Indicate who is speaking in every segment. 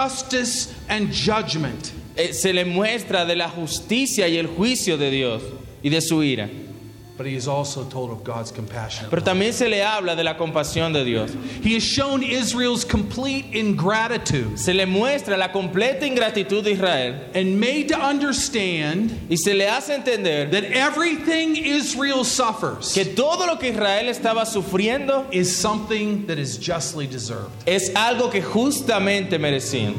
Speaker 1: justice and judgment.
Speaker 2: Eh, se le muestra de la justicia y el juicio de Dios y de su ira.
Speaker 1: But he is also told of God's compassion.
Speaker 2: Pero también se le habla de la compasión de Dios.
Speaker 1: He has shown Israel's complete ingratitude
Speaker 2: Se le muestra la completa ingratitud de Israel
Speaker 1: and made to understand
Speaker 2: y se le hace entender
Speaker 1: that everything Israel suffers
Speaker 2: que todo lo que Israel estaba sufriendo
Speaker 1: is something that is justly deserved.
Speaker 2: es algo que justamente merecían.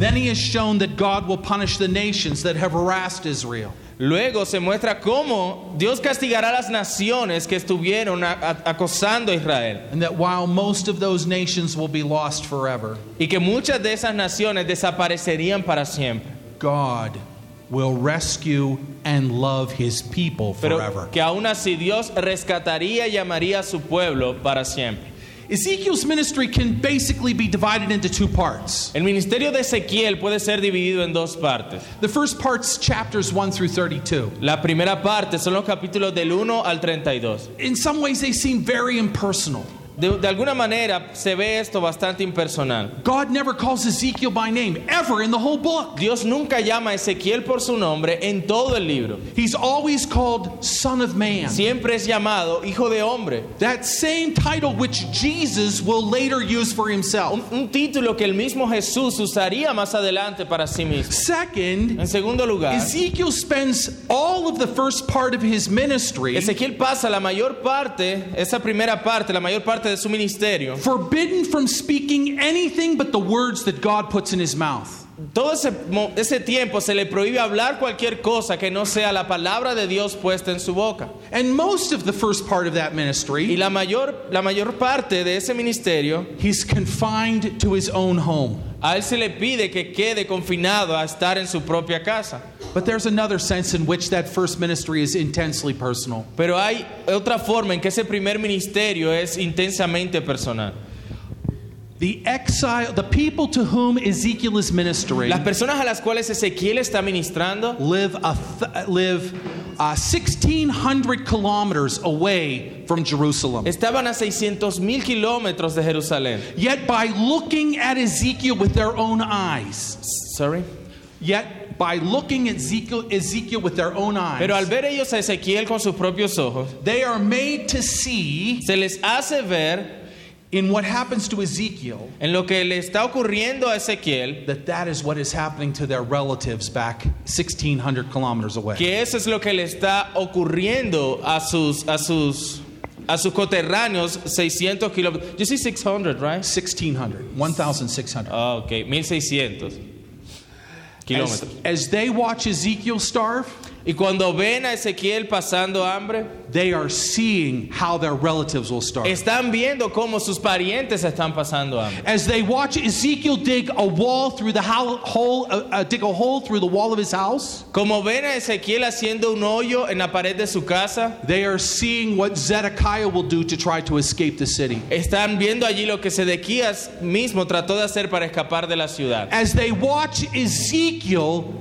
Speaker 1: Then he has shown that God will punish the nations that have harassed Israel.
Speaker 2: Luego se muestra cómo Dios castigará a las naciones que estuvieron a- a- acosando a Israel
Speaker 1: And that while most of those nations will be lost forever,
Speaker 2: y que muchas de esas naciones desaparecerían para siempre.
Speaker 1: God will rescue and love his people
Speaker 2: Pero
Speaker 1: forever.
Speaker 2: que aún así Dios rescataría y amaría a su pueblo para siempre.
Speaker 1: Ezekiel's ministry can basically be divided into two parts.
Speaker 2: El ministerio de Ezequiel puede ser dividido en dos partes.
Speaker 1: The first part's chapters 1 through 32.
Speaker 2: La primera parte son los capítulos del 1 al 32.
Speaker 1: In some ways, they seem very impersonal.
Speaker 2: De, de alguna manera se ve esto bastante impersonal.
Speaker 1: God never calls Ezekiel by name, ever in the whole book.
Speaker 2: Dios nunca llama a Ezequiel por su nombre en todo el libro.
Speaker 1: He's always called Son of Man.
Speaker 2: Siempre es llamado hijo de hombre.
Speaker 1: That same title which Jesus will later use for himself.
Speaker 2: Un, un título que el mismo Jesús usaría más adelante para sí mismo.
Speaker 1: Second,
Speaker 2: En segundo lugar,
Speaker 1: Ezekiel spends all of the first part of his ministry
Speaker 2: Ezequiel pasa la mayor parte, esa primera parte, la mayor parte de su ministerio,
Speaker 1: forbidden from speaking anything but the words that God puts in his mouth.
Speaker 2: todo ese, mo- ese tiempo se le prohíbe hablar cualquier cosa que no sea la palabra de Dios puesta en su boca.
Speaker 1: And most of the first part of that
Speaker 2: Y
Speaker 1: ministry,
Speaker 2: la mayor, la mayor parte de ese ministerio,
Speaker 1: he's confined to his own home.
Speaker 2: a él se le pide que quede confinado a estar en su propia casa.
Speaker 1: But there's another sense in which that first ministry is intensely personal.
Speaker 2: Pero hay otra forma en que ese primer ministerio es intensamente personal.
Speaker 1: The exile, the people to whom Ezekiel is ministering,
Speaker 2: Las personas a las cuales Ezequiel está ministrando
Speaker 1: live a th- live uh, 1,600 kilometers away from Jerusalem.
Speaker 2: estaban a 600 mil kilómetros de Jerusalén.
Speaker 1: Yet, by looking at Ezekiel with their own eyes,
Speaker 2: Sorry.
Speaker 1: yet by looking at Ezekiel, Ezekiel with their own eyes,
Speaker 2: Pero al ver ellos a Ezequiel con sus propios ojos,
Speaker 1: They are made to see
Speaker 2: se les hace ver
Speaker 1: in what happens to Ezekiel
Speaker 2: en lo que le está ocurriendo a Ezequiel
Speaker 1: that that is what is happening to their relatives back 1600 kilometers away.
Speaker 2: que eso es lo que le está ocurriendo a sus a sus a sus coterráneos 600 kilómetros. You see 600, right?
Speaker 1: 1600, 1600.
Speaker 2: Ah, ok, 1600
Speaker 1: As,
Speaker 2: kilómetros.
Speaker 1: as they watch Ezekiel starve,
Speaker 2: Y cuando ven a Ezequiel pasando hambre,
Speaker 1: they are seeing how their relatives will starve.
Speaker 2: están viendo cómo sus parientes están pasando hambre.
Speaker 1: As they watch Ezekiel dig a wall through the hol- hole, uh, uh, dig a hole through the wall of his house,
Speaker 2: Como ven a Ezequiel haciendo un hoyo en la pared de su casa,
Speaker 1: they are seeing what Zedekiah will do to try to escape the city.
Speaker 2: están viendo allí lo que Sedequías mismo trató de hacer para escapar de la ciudad.
Speaker 1: as they watch Ezekiel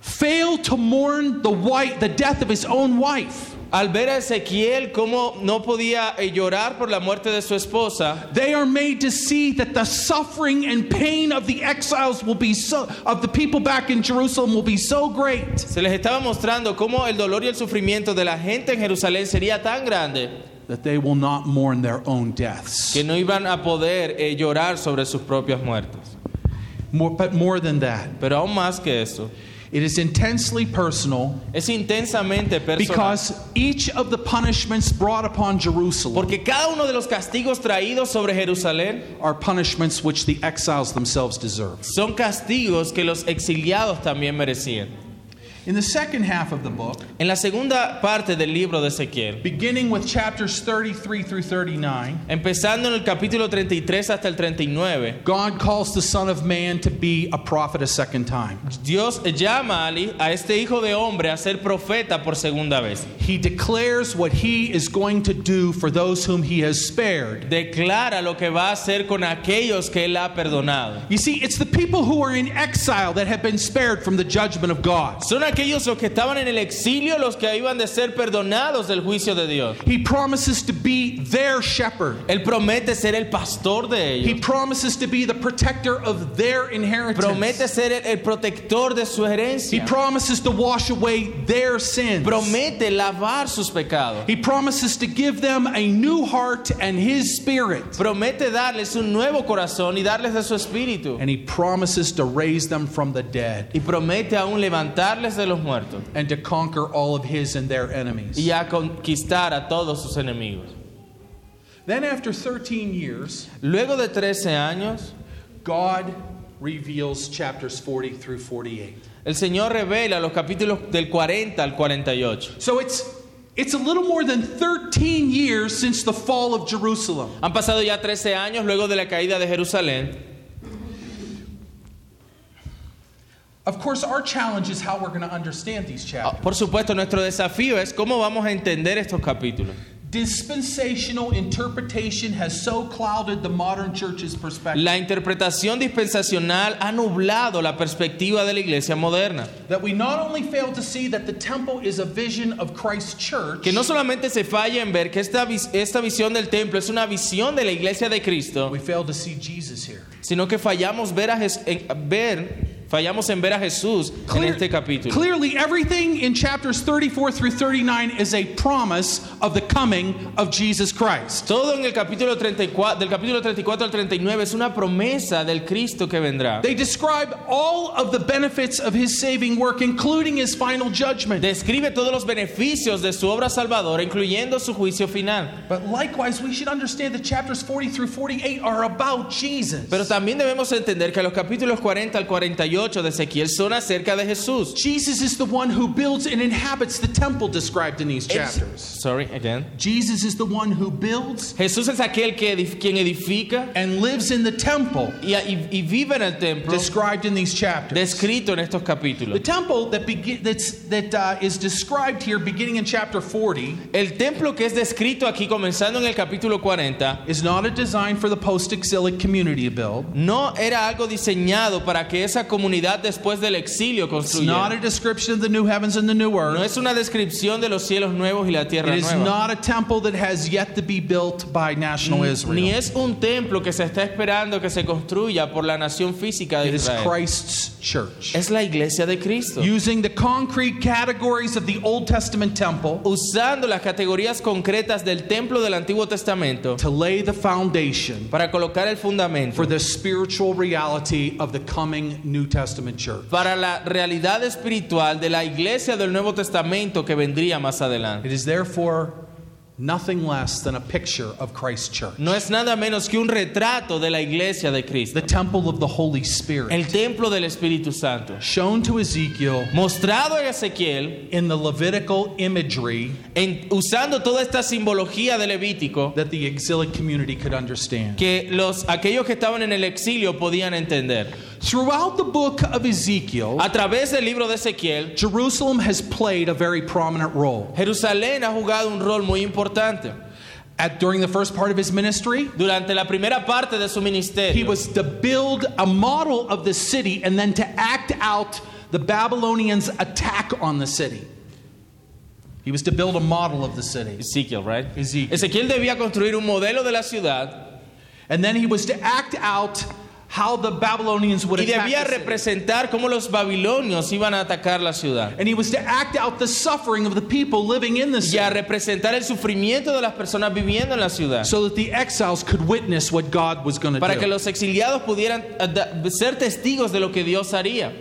Speaker 1: fail to mourn the wife, the death of his own wife.
Speaker 2: Al ver a Ezequiel cómo no podía eh, llorar por la muerte de su esposa,
Speaker 1: They are made to see that the suffering and pain of the exiles will be so of the people back in Jerusalem will be so great
Speaker 2: se les estaba mostrando cómo el dolor y el sufrimiento de la gente en Jerusalén sería tan grande
Speaker 1: that they will not mourn their own deaths.
Speaker 2: que no iban a poder eh, llorar sobre sus propias muertes.
Speaker 1: More, but more than that,
Speaker 2: Pero aún más que eso,
Speaker 1: it is intensely personal
Speaker 2: es intensamente personal.
Speaker 1: because each of the punishments brought upon Jerusalem
Speaker 2: Porque cada uno de los castigos traídos sobre Jerusalén
Speaker 1: are punishments which the exiles themselves deserve.
Speaker 2: son castigos que los exiliados también merecían.
Speaker 1: In the second half of the book,
Speaker 2: En la segunda parte del libro de Ezequiel,
Speaker 1: beginning with chapters 33 through 39,
Speaker 2: empezando en el capítulo 33 hasta el 39,
Speaker 1: God calls the Son of Man to be a prophet a second time.
Speaker 2: Dios llama a Ali- a este hijo de hombre a ser profeta por segunda vez.
Speaker 1: He declares what he is going to do for those whom he has spared.
Speaker 2: Declara lo que va a hacer con aquellos que él ha perdonado.
Speaker 1: You see, it's the people who are in exile that have been spared from the judgment of God.
Speaker 2: Son aquellos los que estaban en el exilio los que iban de ser perdonados del juicio de Dios.
Speaker 1: He promises to be their shepherd.
Speaker 2: Él promete ser el pastor de
Speaker 1: He
Speaker 2: ellos.
Speaker 1: promises to be the protector of their inheritance.
Speaker 2: Promete ser el, el protector de su
Speaker 1: He
Speaker 2: herencia.
Speaker 1: promises to wash away their sins.
Speaker 2: Promete lavar sus pecados.
Speaker 1: He promises to give them a new heart and his spirit.
Speaker 2: Promete darles un nuevo corazón y darles de su espíritu.
Speaker 1: And he promises to raise them from the dead
Speaker 2: Y promete aún levantarles de los muertos
Speaker 1: and to conquer all of his and their enemies.
Speaker 2: y a conquistar a todos sus enemigos.
Speaker 1: Then, after 13 years,
Speaker 2: Luego de 13 años,
Speaker 1: God reveals chapters 40 through 48.
Speaker 2: el Señor revela los capítulos del 40 al 48.
Speaker 1: So it's it's a little more than 13 years since the fall of Jerusalem.
Speaker 2: Han pasado ya 13 años luego de la caída de Jerusalén.
Speaker 1: Of course, our challenge is how we're going to understand these
Speaker 2: Ah,
Speaker 1: chapters.
Speaker 2: Por supuesto, nuestro desafío es cómo vamos a entender estos capítulos.
Speaker 1: Dispensational interpretation has so clouded the modern church's perspective
Speaker 2: La interpretación dispensacional ha nublado la perspectiva de la iglesia moderna.
Speaker 1: that we not only fail to see that the temple is a vision of Christ's church,
Speaker 2: Que no solamente se falla en ver que esta, vis- esta visión del templo es una visión de la iglesia de Cristo,
Speaker 1: we fail to see Jesus here.
Speaker 2: sino que fallamos, ver a Jes- en, ver, fallamos en ver a Jesús en
Speaker 1: Clear-
Speaker 2: este capítulo.
Speaker 1: Clearly, everything in chapters 34 through 39 is a promise of the coming of Jesus Christ.
Speaker 2: Todo en el capítulo 34, del capítulo 34 al 39 es una promesa del Cristo que vendrá.
Speaker 1: They describe all of the benefits of his saving work, including his final judgment.
Speaker 2: Describe todos los beneficios de su obra salvadora, incluyendo su juicio final.
Speaker 1: But likewise, we should understand that chapters 40 through 48 are about Jesus.
Speaker 2: Pero también debemos entender que los capítulos 40 al 48 de Ezequiel son acerca de Jesús.
Speaker 1: Jesus is the one who builds and inhabits the temple described in these chapters.
Speaker 2: Sorry, again.
Speaker 1: Jesus is the one who builds
Speaker 2: Jesús es aquel que edif- quien edifica
Speaker 1: and lives in the temple
Speaker 2: y, y- y vive en el templo
Speaker 1: described in these chapters.
Speaker 2: descrito en estos
Speaker 1: The
Speaker 2: capítulos.
Speaker 1: temple that begi- that's, that uh, is described here, beginning in chapter 40,
Speaker 2: El templo que es descrito aquí comenzando en el capítulo 40
Speaker 1: is not a design for the post-exilic community to build.
Speaker 2: no era algo diseñado para que esa comunidad después del exilio
Speaker 1: It's not a
Speaker 2: construyera.
Speaker 1: description of the new heavens and the new
Speaker 2: No
Speaker 1: earth.
Speaker 2: es una descripción de los cielos nuevos y la
Speaker 1: It
Speaker 2: tierra
Speaker 1: is
Speaker 2: nueva.
Speaker 1: not a temple that has yet to be built by national
Speaker 2: Ni
Speaker 1: Israel.
Speaker 2: es un templo que se está esperando que se construya por la nación física de
Speaker 1: It is
Speaker 2: Israel.
Speaker 1: Christ's church.
Speaker 2: Es la iglesia de Cristo.
Speaker 1: using the concrete categories of the Old Testament temple
Speaker 2: Usando las categorías concretas del templo del Antiguo Testamento
Speaker 1: to lay the foundation
Speaker 2: para colocar el fundamento.
Speaker 1: for the spiritual reality of the coming New Testament church.
Speaker 2: para la realidad espiritual de la iglesia del Nuevo Testamento que vendría más adelante.
Speaker 1: It is therefore nothing less than a picture of Christ's church,
Speaker 2: No es nada menos que un retrato de la iglesia de Cristo,
Speaker 1: the temple of the Holy Spirit,
Speaker 2: el templo del Espíritu Santo,
Speaker 1: shown to Ezekiel
Speaker 2: mostrado en Ezequiel,
Speaker 1: in the Levitical imagery
Speaker 2: en- usando toda esta simbología de Levítico
Speaker 1: that the exilic community could understand.
Speaker 2: que los aquellos que estaban en el exilio podían entender.
Speaker 1: Throughout the book of Ezekiel,
Speaker 2: A través del libro de Ezequiel,
Speaker 1: Jerusalem has played a very prominent role.
Speaker 2: Jerusalén ha jugado un rol muy importante.
Speaker 1: At during the first part of his ministry,
Speaker 2: Durante la primera parte de su
Speaker 1: He
Speaker 2: ministerio,
Speaker 1: was to build a model of the city and then to act out the Babylonians' attack on the city. He was to build a model of the city.
Speaker 2: Ezequiel, right?
Speaker 1: Ezequiel.
Speaker 2: Ezequiel debía construir un modelo de la ciudad
Speaker 1: And then he was to act out how the Babylonians would
Speaker 2: Y
Speaker 1: attack
Speaker 2: debía
Speaker 1: the city.
Speaker 2: representar cómo los babilonios iban a atacar la ciudad.
Speaker 1: And he was to act out the suffering of the people living in the
Speaker 2: Y a
Speaker 1: city
Speaker 2: representar el sufrimiento de las personas viviendo en la ciudad.
Speaker 1: so that the exiles could witness what God was going to
Speaker 2: Para que
Speaker 1: do.
Speaker 2: los exiliados pudieran eh, da- ser testigos de lo que Dios haría.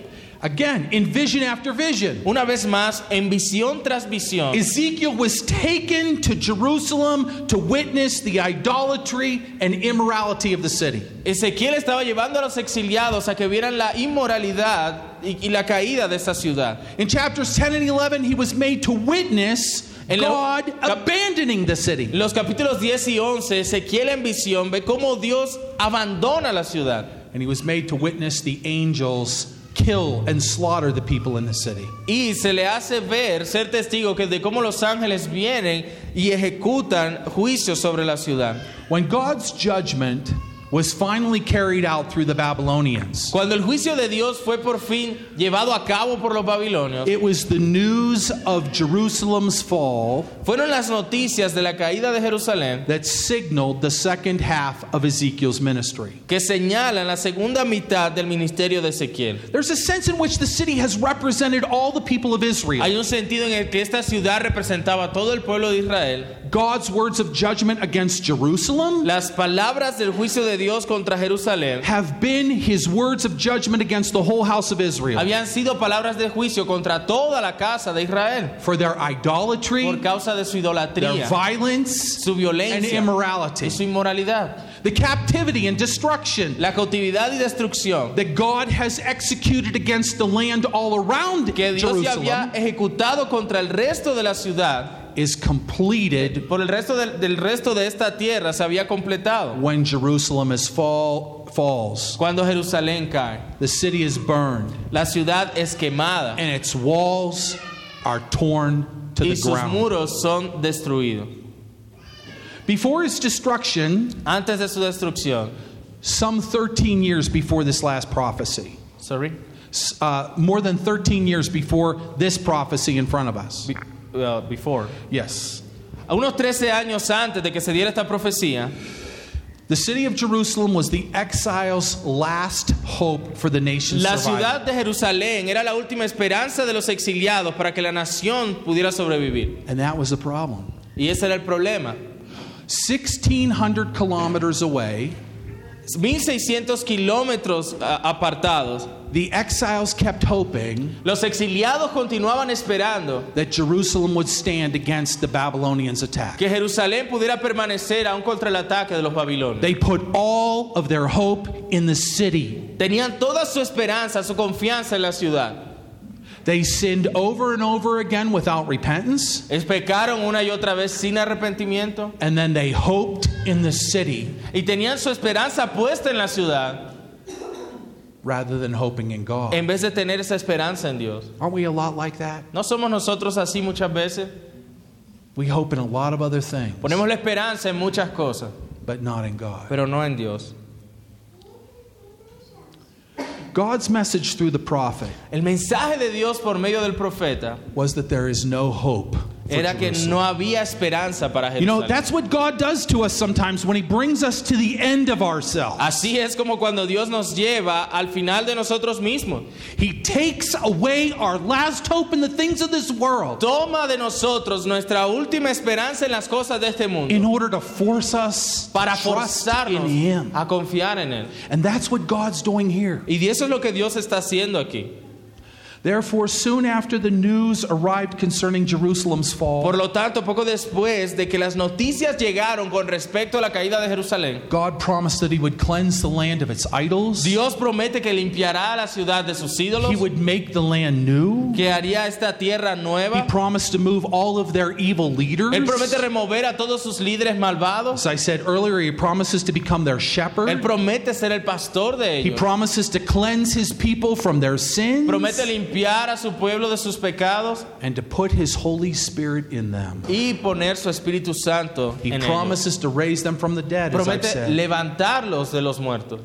Speaker 1: Again, in vision after vision.
Speaker 2: Una vez más, en visión tras visión,
Speaker 1: Ezekiel was taken to Jerusalem to witness the idolatry and immorality of the city.
Speaker 2: Ezequiel estaba llevando a los exiliados a que vieran la inmoralidad y, y la caída de esta ciudad.
Speaker 1: In chapters 10 and 11, he was made to witness
Speaker 2: En la-
Speaker 1: God
Speaker 2: cap-
Speaker 1: abandoning the city.
Speaker 2: Los capítulos 10 y 11, Ezequiel en visión ve cómo Dios abandona la ciudad
Speaker 1: And he was made to witness the angels kill and slaughter the people in the city.
Speaker 2: Y se le hace ver, ser testigo que de cómo los ángeles vienen y ejecutan juicios sobre la ciudad.
Speaker 1: When God's judgment was finally carried out through the Babylonians.
Speaker 2: Cuando el juicio de Dios fue por fin llevado a cabo por los babilonios,
Speaker 1: It was the news of Jerusalem's fall
Speaker 2: fueron las noticias de la caída de Jerusalén
Speaker 1: that signaled the second half of Ezekiel's ministry.
Speaker 2: que señalan la segunda mitad del ministerio de Ezequiel.
Speaker 1: There's a sense in which the city has represented all the people of Israel.
Speaker 2: Hay un sentido en el que esta ciudad representaba a todo el pueblo de Israel.
Speaker 1: God's words of judgment against Jerusalem
Speaker 2: Las palabras del juicio de Dios contra Jerusalén
Speaker 1: have been his words of judgment against the whole house of Israel
Speaker 2: habían sido palabras de juicio contra toda la casa de Israel
Speaker 1: for their
Speaker 2: por
Speaker 1: idolatry,
Speaker 2: causa de su
Speaker 1: their
Speaker 2: idolatría,
Speaker 1: violence,
Speaker 2: su
Speaker 1: and
Speaker 2: violencia
Speaker 1: immorality.
Speaker 2: y su inmoralidad.
Speaker 1: The captivity and destruction
Speaker 2: La cautividad y destrucción
Speaker 1: that God has executed against the land all around
Speaker 2: que Dios ya
Speaker 1: Jerusalem
Speaker 2: había ejecutado contra el resto de la ciudad,
Speaker 1: is completed
Speaker 2: por el resto del, del resto de esta tierra se había completado.
Speaker 1: when Jerusalem is fall, falls.
Speaker 2: Cuando Jerusalén cae,
Speaker 1: The city is burned,
Speaker 2: la ciudad es quemada
Speaker 1: and its walls are torn to
Speaker 2: y
Speaker 1: the
Speaker 2: sus
Speaker 1: ground.
Speaker 2: muros son destruidos.
Speaker 1: Before its destruction,
Speaker 2: Antes de su destrucción,
Speaker 1: some 13 years before this last prophecy,
Speaker 2: sorry,
Speaker 1: s- uh, more than 13 years before this prophecy in front of us.
Speaker 2: be- well, before,
Speaker 1: Yes.
Speaker 2: a unos 13 años antes de que se diera esta profecía,
Speaker 1: The city of Jerusalem was the exile's last hope for the nation's
Speaker 2: La
Speaker 1: survival.
Speaker 2: ciudad de Jerusalén era la última esperanza de los exiliados para que la nación pudiera sobrevivir.
Speaker 1: And that was the problem.
Speaker 2: Y ese era el problema.
Speaker 1: 1,600 kilometers away,
Speaker 2: 1600 kilómetros a- apartados,
Speaker 1: the exiles kept hoping
Speaker 2: los exiliados continuaban esperando
Speaker 1: that Jerusalem would stand against the Babylonians' attack.
Speaker 2: que Jerusalén pudiera permanecer aún contra el ataque de los babilonios.
Speaker 1: They put all of their hope in the city.
Speaker 2: Tenían toda su esperanza, su confianza en la ciudad.
Speaker 1: They sinned over and over again without repentance,
Speaker 2: Es- Pecaron una y otra vez sin arrepentimiento
Speaker 1: and then they hoped in the city
Speaker 2: y tenían su esperanza puesta en la ciudad
Speaker 1: rather than hoping in God.
Speaker 2: en vez de tener esa esperanza en Dios.
Speaker 1: Aren't we a lot like that?
Speaker 2: ¿No somos nosotros así muchas veces?
Speaker 1: We hope in a lot of other things,
Speaker 2: Ponemos la esperanza en muchas cosas,
Speaker 1: but not in God.
Speaker 2: pero no en Dios.
Speaker 1: God's message through the prophet
Speaker 2: El mensaje de Dios por medio del profeta
Speaker 1: was that there is no hope. for
Speaker 2: era que
Speaker 1: Jerusalem.
Speaker 2: no había esperanza para
Speaker 1: You know,
Speaker 2: Jerusalén.
Speaker 1: that's what God does to us sometimes when He brings us to the end of ourselves.
Speaker 2: Así es como cuando Dios nos lleva al final de nosotros mismos.
Speaker 1: He takes away our last hope in the things of this world
Speaker 2: Toma de nosotros nuestra última esperanza en las cosas de este mundo
Speaker 1: in order to force us
Speaker 2: para
Speaker 1: to trust in
Speaker 2: forzarnos
Speaker 1: Him.
Speaker 2: a confiar en Él.
Speaker 1: And that's what God's doing here.
Speaker 2: Y eso es lo que Dios está haciendo aquí.
Speaker 1: Therefore, soon after the news arrived concerning Jerusalem's fall,
Speaker 2: Por lo tanto, poco después de que las noticias llegaron con respecto a la caída de Jerusalén,
Speaker 1: God promised that He would cleanse the land of its idols, He
Speaker 2: Dios promete que limpiará a la ciudad de sus ídolos.
Speaker 1: would make the land new.
Speaker 2: que haría esta tierra
Speaker 1: He
Speaker 2: nueva.
Speaker 1: promised to move all of their evil leaders.
Speaker 2: Él promete remover a todos sus líderes malvados.
Speaker 1: As I said earlier, He promises to become their shepherd.
Speaker 2: Él promete ser el pastor de
Speaker 1: He
Speaker 2: ellos.
Speaker 1: promises to cleanse his people from their sins
Speaker 2: Promete limpiar a su pueblo de sus pecados
Speaker 1: and to put his Holy Spirit in them.
Speaker 2: y poner su Espíritu Santo
Speaker 1: He
Speaker 2: en ellos.
Speaker 1: promises to raise them from the dead, as I've
Speaker 2: Promete
Speaker 1: said.
Speaker 2: levantarlos de los muertos.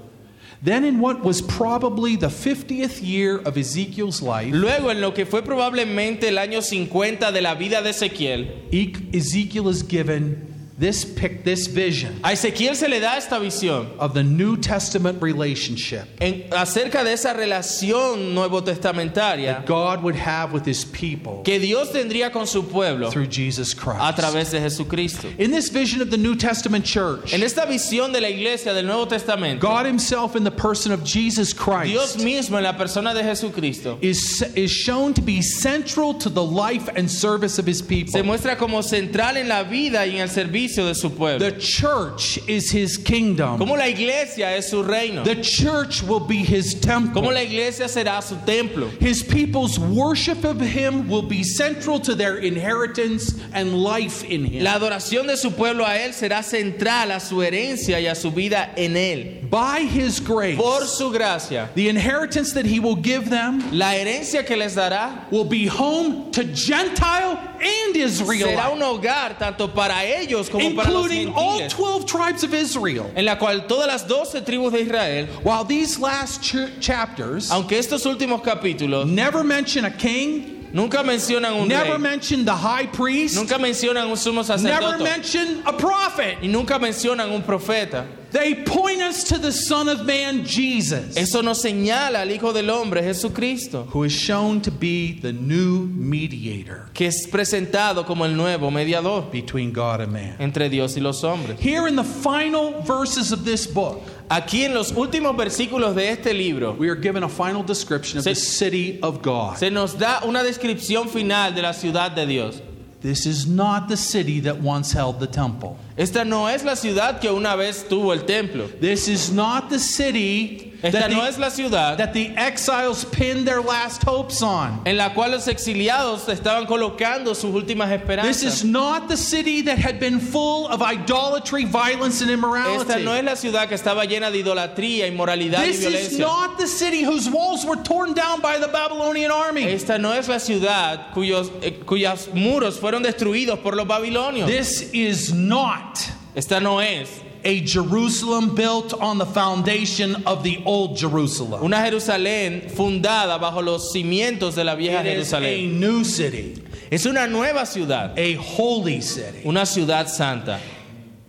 Speaker 1: then, in what was probably the 50th year of Ezekiel's life,
Speaker 2: Luego, en lo que fue probablemente el año 50 de la vida de Ezequiel,
Speaker 1: E- Ezekiel is given this pic, this vision
Speaker 2: a Ezequiel se le da esta visión
Speaker 1: of the New Testament relationship
Speaker 2: en- acerca de esa relación nuevo testamentaria
Speaker 1: God would have with his people
Speaker 2: que Dios tendría con su pueblo
Speaker 1: through Jesus
Speaker 2: a
Speaker 1: Christ.
Speaker 2: través de Jesucristo.
Speaker 1: In this vision of the New Testament church,
Speaker 2: En esta visión de la iglesia del Nuevo Testamento,
Speaker 1: God himself in the person of Jesus Christ
Speaker 2: Dios mismo en la persona de Jesucristo
Speaker 1: is, is shown to be central to the life and service of his
Speaker 2: se
Speaker 1: people.
Speaker 2: muestra como central en la vida y en el servicio de su pueblo.
Speaker 1: The church is his kingdom.
Speaker 2: Como la iglesia es su reino.
Speaker 1: The church will be his
Speaker 2: Como
Speaker 1: temple.
Speaker 2: la iglesia será su templo.
Speaker 1: His people's worship of him will be central to their inheritance and life in him.
Speaker 2: La adoración de su pueblo a él será central a su herencia y a su vida en él.
Speaker 1: By his grace,
Speaker 2: Por su gracia,
Speaker 1: the inheritance that he will give them
Speaker 2: la herencia que les dará
Speaker 1: will be home to Gentile and
Speaker 2: será
Speaker 1: Israelite.
Speaker 2: un hogar tanto para ellos como para los
Speaker 1: including all
Speaker 2: gentiles,
Speaker 1: 12 tribes of Israel.
Speaker 2: en la cual todas las doce tribus de Israel,
Speaker 1: While these last ch- chapters
Speaker 2: aunque estos últimos capítulos
Speaker 1: never mention a king,
Speaker 2: nunca mencionan un
Speaker 1: never
Speaker 2: rey,
Speaker 1: mention the high priest,
Speaker 2: nunca mencionan un sumo
Speaker 1: never
Speaker 2: sacerdote
Speaker 1: mention a prophet,
Speaker 2: y nunca mencionan un profeta,
Speaker 1: they point us to the Son of Man, Jesus,
Speaker 2: eso nos señala al Hijo del Hombre, Jesucristo,
Speaker 1: who is shown to be the new mediator
Speaker 2: que es presentado como el nuevo mediador
Speaker 1: between God and man.
Speaker 2: entre Dios y los hombres.
Speaker 1: Here in the final verses of this book,
Speaker 2: Aquí en los últimos versículos de este libro
Speaker 1: we are given a final description of
Speaker 2: Se-
Speaker 1: the city of God.
Speaker 2: se nos da una descripción final de la ciudad de Dios.
Speaker 1: This is not the city that once held the temple.
Speaker 2: Esta no es la ciudad que una vez tuvo el templo.
Speaker 1: This is not the city
Speaker 2: Esta
Speaker 1: that
Speaker 2: no
Speaker 1: the-
Speaker 2: es la ciudad
Speaker 1: that the exiles pinned their last hopes on.
Speaker 2: en la cual los exiliados estaban colocando sus últimas
Speaker 1: This is
Speaker 2: esperanzas.
Speaker 1: not the city that had been full of idolatry, violence, and
Speaker 2: Esta no es
Speaker 1: immorality.
Speaker 2: la ciudad que estaba llena de idolatría, inmoralidad y
Speaker 1: This is
Speaker 2: violencia.
Speaker 1: not the city whose walls were torn down by the Babylonian army.
Speaker 2: Esta no es la ciudad cuyos eh, cuyos muros fueron destruidos por los babilonios.
Speaker 1: This is not
Speaker 2: Esta no es
Speaker 1: a Jerusalem built on the foundation of the old Jerusalem.
Speaker 2: una Jerusalén fundada bajo los cimientos de la vieja
Speaker 1: It is a
Speaker 2: Jerusalén.
Speaker 1: new city,
Speaker 2: Es una nueva ciudad,
Speaker 1: a holy city.
Speaker 2: una ciudad santa.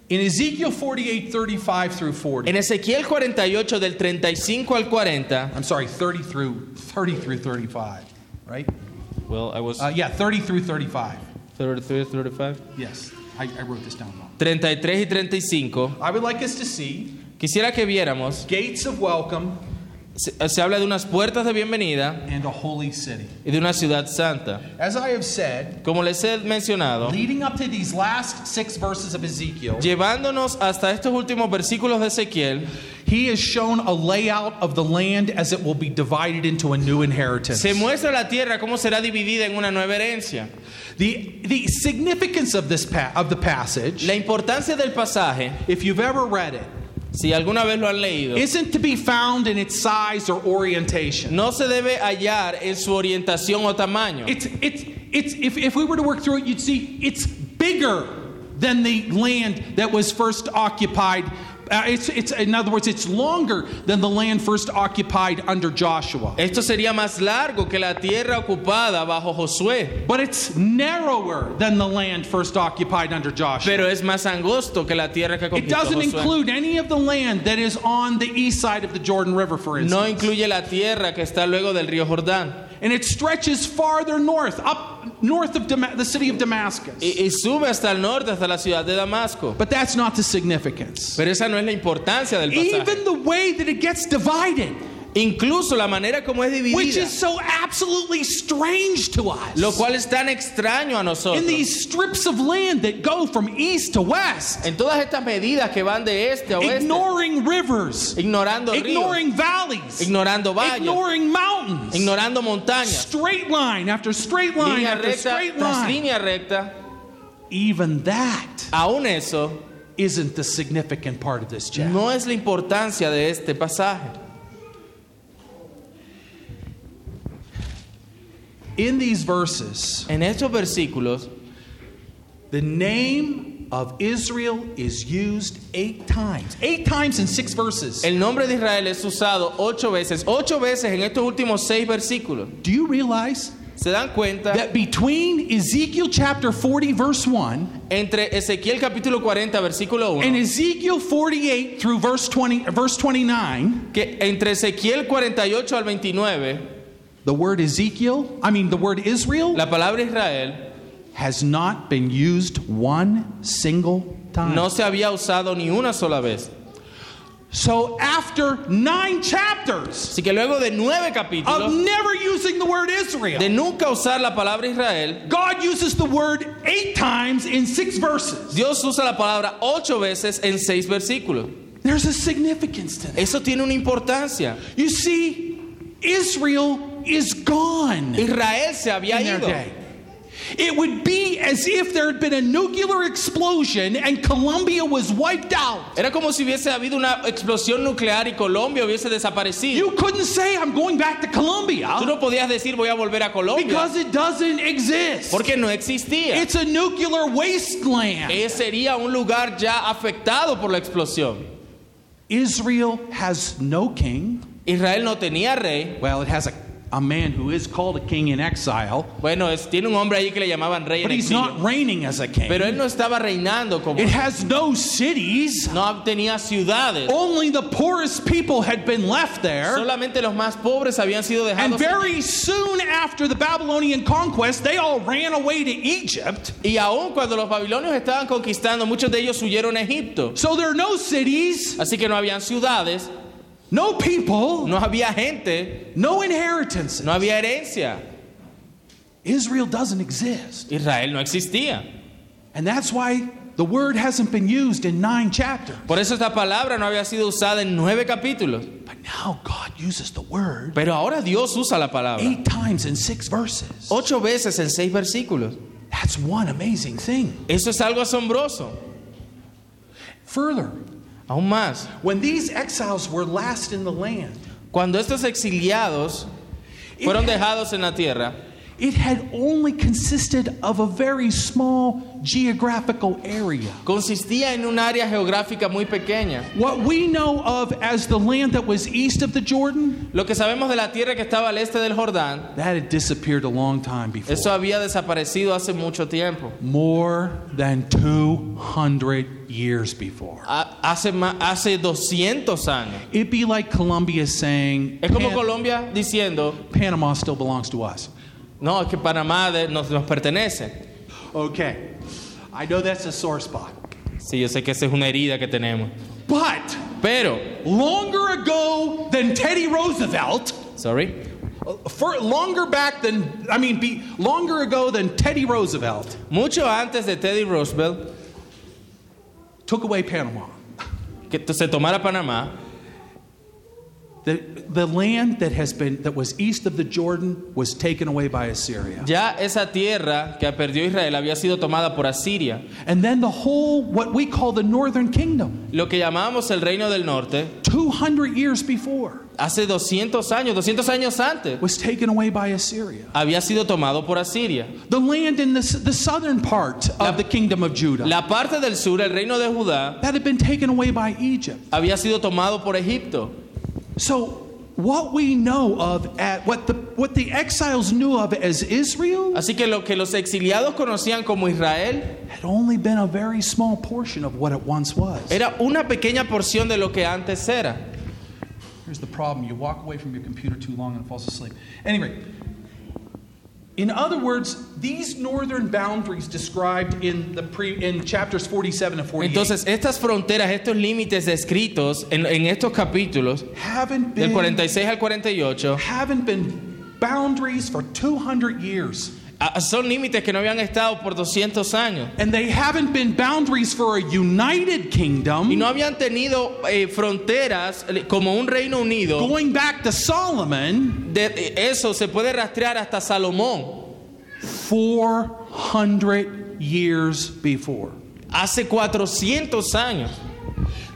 Speaker 1: In Ezekiel 48 35 through 40,
Speaker 2: En Ezequiel 48 del 35 al 40,
Speaker 1: I'm sorry, 30 through 30 through 35, right?
Speaker 2: well, I was
Speaker 1: Uh, yeah, 30 through 35.
Speaker 2: 33, 35.
Speaker 1: Yes, I, I wrote this down wrong.
Speaker 2: 33 y 35.
Speaker 1: I would like us to see
Speaker 2: Quisiera que viéramos,
Speaker 1: gates of welcome
Speaker 2: se, se habla de unas puertas de bienvenida
Speaker 1: and a holy city.
Speaker 2: y de una ciudad santa.
Speaker 1: As I have said,
Speaker 2: Como les he mencionado,
Speaker 1: leading up to these last six verses of Ezekiel,
Speaker 2: llevándonos hasta estos últimos versículos de Ezequiel,
Speaker 1: he is shown a layout of the land as it will be divided into a new inheritance.
Speaker 2: se muestra la tierra cómo será dividida en una nueva herencia.
Speaker 1: The, the significance of this pa- of the passage,
Speaker 2: La importancia del pasaje,
Speaker 1: if you've ever read it,
Speaker 2: si alguna vez lo han leído,
Speaker 1: isn't to be found in its size or orientation.
Speaker 2: no se debe hallar en su orientación o tamaño.
Speaker 1: It's it's it's if, if we were to work through it, you'd see it's bigger than the land that was first occupied. Uh, it's, it's in other words, it's longer than the land first occupied under Joshua.
Speaker 2: Esto sería más largo que la tierra ocupada bajo Josué,
Speaker 1: But it's narrower than the land first occupied under Joshua.
Speaker 2: pero es más angosto que la tierra que
Speaker 1: It
Speaker 2: conquistó
Speaker 1: doesn't
Speaker 2: Josué.
Speaker 1: include any of the land that is on the east side of the Jordan River, for
Speaker 2: No
Speaker 1: instance.
Speaker 2: incluye la tierra que está luego del río Jordán.
Speaker 1: And it stretches farther north, up north of Dama- the city of Damascus.
Speaker 2: Y, y sube hasta el norte, hasta la ciudad de Damasco.
Speaker 1: But that's not the significance.
Speaker 2: Pero esa no es la importancia del pasaje.
Speaker 1: Even the way that it gets divided,
Speaker 2: Incluso la manera como es
Speaker 1: which
Speaker 2: dividida,
Speaker 1: is so absolutely strange to us.
Speaker 2: lo cual es tan extraño a nosotros.
Speaker 1: in these strips of land that go from east to west,
Speaker 2: En todas estas medidas que van de este a oeste,
Speaker 1: ignoring rivers,
Speaker 2: ignorando ríos,
Speaker 1: ignoring valleys,
Speaker 2: ignorando valles,
Speaker 1: ignoring mountains,
Speaker 2: ignorando montañas,
Speaker 1: straight line after straight line
Speaker 2: línea
Speaker 1: after
Speaker 2: recta
Speaker 1: straight
Speaker 2: tras
Speaker 1: line.
Speaker 2: línea recta.
Speaker 1: Even that
Speaker 2: Aún eso
Speaker 1: isn't the significant part of this chapter.
Speaker 2: no es la importancia de este pasaje.
Speaker 1: In these verses,
Speaker 2: En estos versículos,
Speaker 1: the name of Israel is used eight times. Eight times in six verses.
Speaker 2: el nombre de Israel es usado ocho veces, ocho veces en estos últimos seis versículos.
Speaker 1: Do you realize
Speaker 2: ¿Se dan cuenta?
Speaker 1: that between Ezekiel chapter 40, verse 1,
Speaker 2: Entre Ezequiel capítulo 40, versículo
Speaker 1: and
Speaker 2: 1,
Speaker 1: Ezekiel 48 through verse 20, verse 29,
Speaker 2: que entre Ezequiel 48 al 29,
Speaker 1: the word Ezekiel, I mean the word Israel,
Speaker 2: la palabra Israel
Speaker 1: has not been used one single time.
Speaker 2: no se había usado ni una sola vez.
Speaker 1: So after nine chapters
Speaker 2: Así que luego de nueve
Speaker 1: of
Speaker 2: capítulos,
Speaker 1: never using the word
Speaker 2: de
Speaker 1: Israel,
Speaker 2: nunca usar la palabra Israel,
Speaker 1: God uses the word eight times in six verses.
Speaker 2: Dios usa la palabra ocho veces en seis versículos.
Speaker 1: There's a significance to that.
Speaker 2: Eso tiene una importancia.
Speaker 1: You see, Israel is gone.
Speaker 2: Israel se había
Speaker 1: in their
Speaker 2: ido.
Speaker 1: day. It would be as if there had been a nuclear explosion and Colombia was wiped out.
Speaker 2: Era como si hubiese habido una explosión nuclear y Colombia hubiese desaparecido.
Speaker 1: You couldn't say, I'm going back to
Speaker 2: Tú
Speaker 1: Colombia
Speaker 2: no podías decir voy a volver a Colombia
Speaker 1: because it doesn't exist.
Speaker 2: porque no existía.
Speaker 1: It's a nuclear wasteland.
Speaker 2: Eh, sería un lugar ya afectado por la explosión.
Speaker 1: Israel has no king.
Speaker 2: Israel no tenía rey.
Speaker 1: Well, it has a, a man who is called a king in exile,
Speaker 2: Bueno, es- tiene un hombre ahí que le llamaban rey. en
Speaker 1: but he's
Speaker 2: exilio.
Speaker 1: not reigning as a king.
Speaker 2: pero él no estaba reinando como
Speaker 1: It has no cities.
Speaker 2: no tenía ciudades.
Speaker 1: Only the poorest people had been left there.
Speaker 2: Solamente los más pobres habían sido
Speaker 1: And
Speaker 2: dejados.
Speaker 1: very soon after the Babylonian conquest, they all ran away to Egypt.
Speaker 2: Y aún cuando los babilonios estaban conquistando, muchos de ellos huyeron a Egipto.
Speaker 1: So there are no cities,
Speaker 2: Así que no habían ciudades,
Speaker 1: no people,
Speaker 2: no había gente,
Speaker 1: no inheritance.
Speaker 2: no había herencia.
Speaker 1: Israel doesn't exist.
Speaker 2: Israel no existía.
Speaker 1: And that's why the word hasn't been used in nine chapters.
Speaker 2: Por eso esta palabra no había sido usada en nueve capítulos.
Speaker 1: But now God uses the word
Speaker 2: Pero ahora Dios usa la palabra.
Speaker 1: eight times in six verses.
Speaker 2: Ocho veces en seis versículos.
Speaker 1: That's one amazing thing.
Speaker 2: Eso es algo asombroso.
Speaker 1: Further,
Speaker 2: Aún más,
Speaker 1: when these exiles were last in the land,
Speaker 2: cuando estos exiliados fueron dejados en la tierra,
Speaker 1: It had only consisted of a very small geographical area.
Speaker 2: consistía en un área geográfica muy pequeña.
Speaker 1: What we know of as the land that was east of the Jordan,
Speaker 2: Lo que sabemos de la tierra que estaba al este del Jordán,
Speaker 1: that had disappeared a long time before.
Speaker 2: eso había desaparecido hace mucho tiempo.
Speaker 1: More than 200 years before.
Speaker 2: Ha- Hace, ma- hace 200 años.
Speaker 1: It'd be like Colombia saying,
Speaker 2: Es como
Speaker 1: "Pan-
Speaker 2: Colombia diciendo,
Speaker 1: Panama still belongs to us.
Speaker 2: no, es que Panamá de- nos, nos pertenece.
Speaker 1: Okay, I know that's a sore spot.
Speaker 2: Sí, yo sé que esa es una herida que tenemos.
Speaker 1: But
Speaker 2: Pero,
Speaker 1: longer ago than Teddy Roosevelt, uh,
Speaker 2: sorry,
Speaker 1: For, longer back than I mean, be, longer ago than Teddy Roosevelt
Speaker 2: mucho antes de Teddy Roosevelt,
Speaker 1: took away Panama.
Speaker 2: que t- se tomara Panamá,
Speaker 1: The, the land that has been that was east of the Jordan was taken away by Assyria,
Speaker 2: ya esa tierra que perdió Israel había sido tomada por Asiria.
Speaker 1: and then the whole what we call the Northern Kingdom,
Speaker 2: Lo que llamábamos el Reino del Norte,
Speaker 1: two hundred years before,
Speaker 2: hace 200 años, 200 años antes,
Speaker 1: was taken away by Assyria.
Speaker 2: había sido tomado por Asiria.
Speaker 1: The land in the, s- the southern part of the kingdom of Judah
Speaker 2: La parte del sur, el Reino de Judá,
Speaker 1: that had been taken away by Egypt.
Speaker 2: había sido tomado por Egipto.
Speaker 1: So what we know of at what the what the exiles knew of as Israel
Speaker 2: Así que lo que los exiliados conocían como Israel
Speaker 1: had only been a very small portion of what it once was.
Speaker 2: era una pequeña porción de lo que antes era.
Speaker 1: Here's the problem you walk away from your computer too long and it falls asleep. Anyway, in other words, these northern boundaries described in, the pre, in chapters 47 and 48
Speaker 2: Entonces, estas fronteras, estos límites descritos en, en estos capítulos,
Speaker 1: haven't,
Speaker 2: del
Speaker 1: been,
Speaker 2: 46 al 48,
Speaker 1: haven't been boundaries for 200 years.
Speaker 2: ah, son límites que no habían estado por 200 años.
Speaker 1: And they haven't been boundaries for a united kingdom
Speaker 2: Y no habían tenido eh, fronteras eh, como un Reino Unido.
Speaker 1: going back to Solomon
Speaker 2: De- eh, eso se puede rastrear hasta Salomón,
Speaker 1: 400 years before.
Speaker 2: hace 400 años.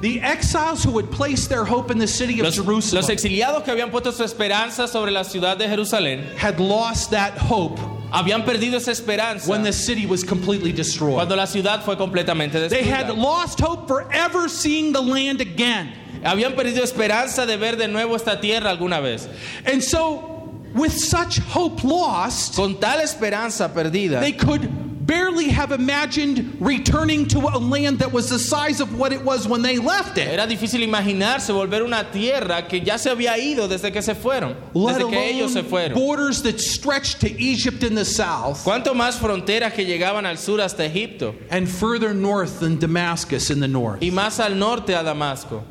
Speaker 1: The exiles who had placed their hope in the city of
Speaker 2: Los,
Speaker 1: Jerusalem
Speaker 2: los exiliados que habían puesto su esperanza sobre la ciudad de Jerusalén
Speaker 1: had lost that hope
Speaker 2: habían perdido esa esperanza
Speaker 1: when the city was completely destroyed.
Speaker 2: cuando la ciudad fue completamente
Speaker 1: They had
Speaker 2: destruida.
Speaker 1: lost hope for ever seeing the land again.
Speaker 2: Habían perdido esperanza de ver de nuevo esta tierra alguna vez.
Speaker 1: And so, with such hope lost,
Speaker 2: Con tal esperanza perdida,
Speaker 1: they could barely have imagined returning to a land that was the size of what it was when they left it,
Speaker 2: era difícil imaginarse volver a una tierra que ya se había ido desde que se fueron,
Speaker 1: let
Speaker 2: desde que ellos se
Speaker 1: alone
Speaker 2: fueron.
Speaker 1: borders that stretched to Egypt in the south
Speaker 2: ¿Cuánto más fronteras que llegaban al sur hasta Egipto
Speaker 1: and further north than Damascus in the north.
Speaker 2: y más al norte a Damasco?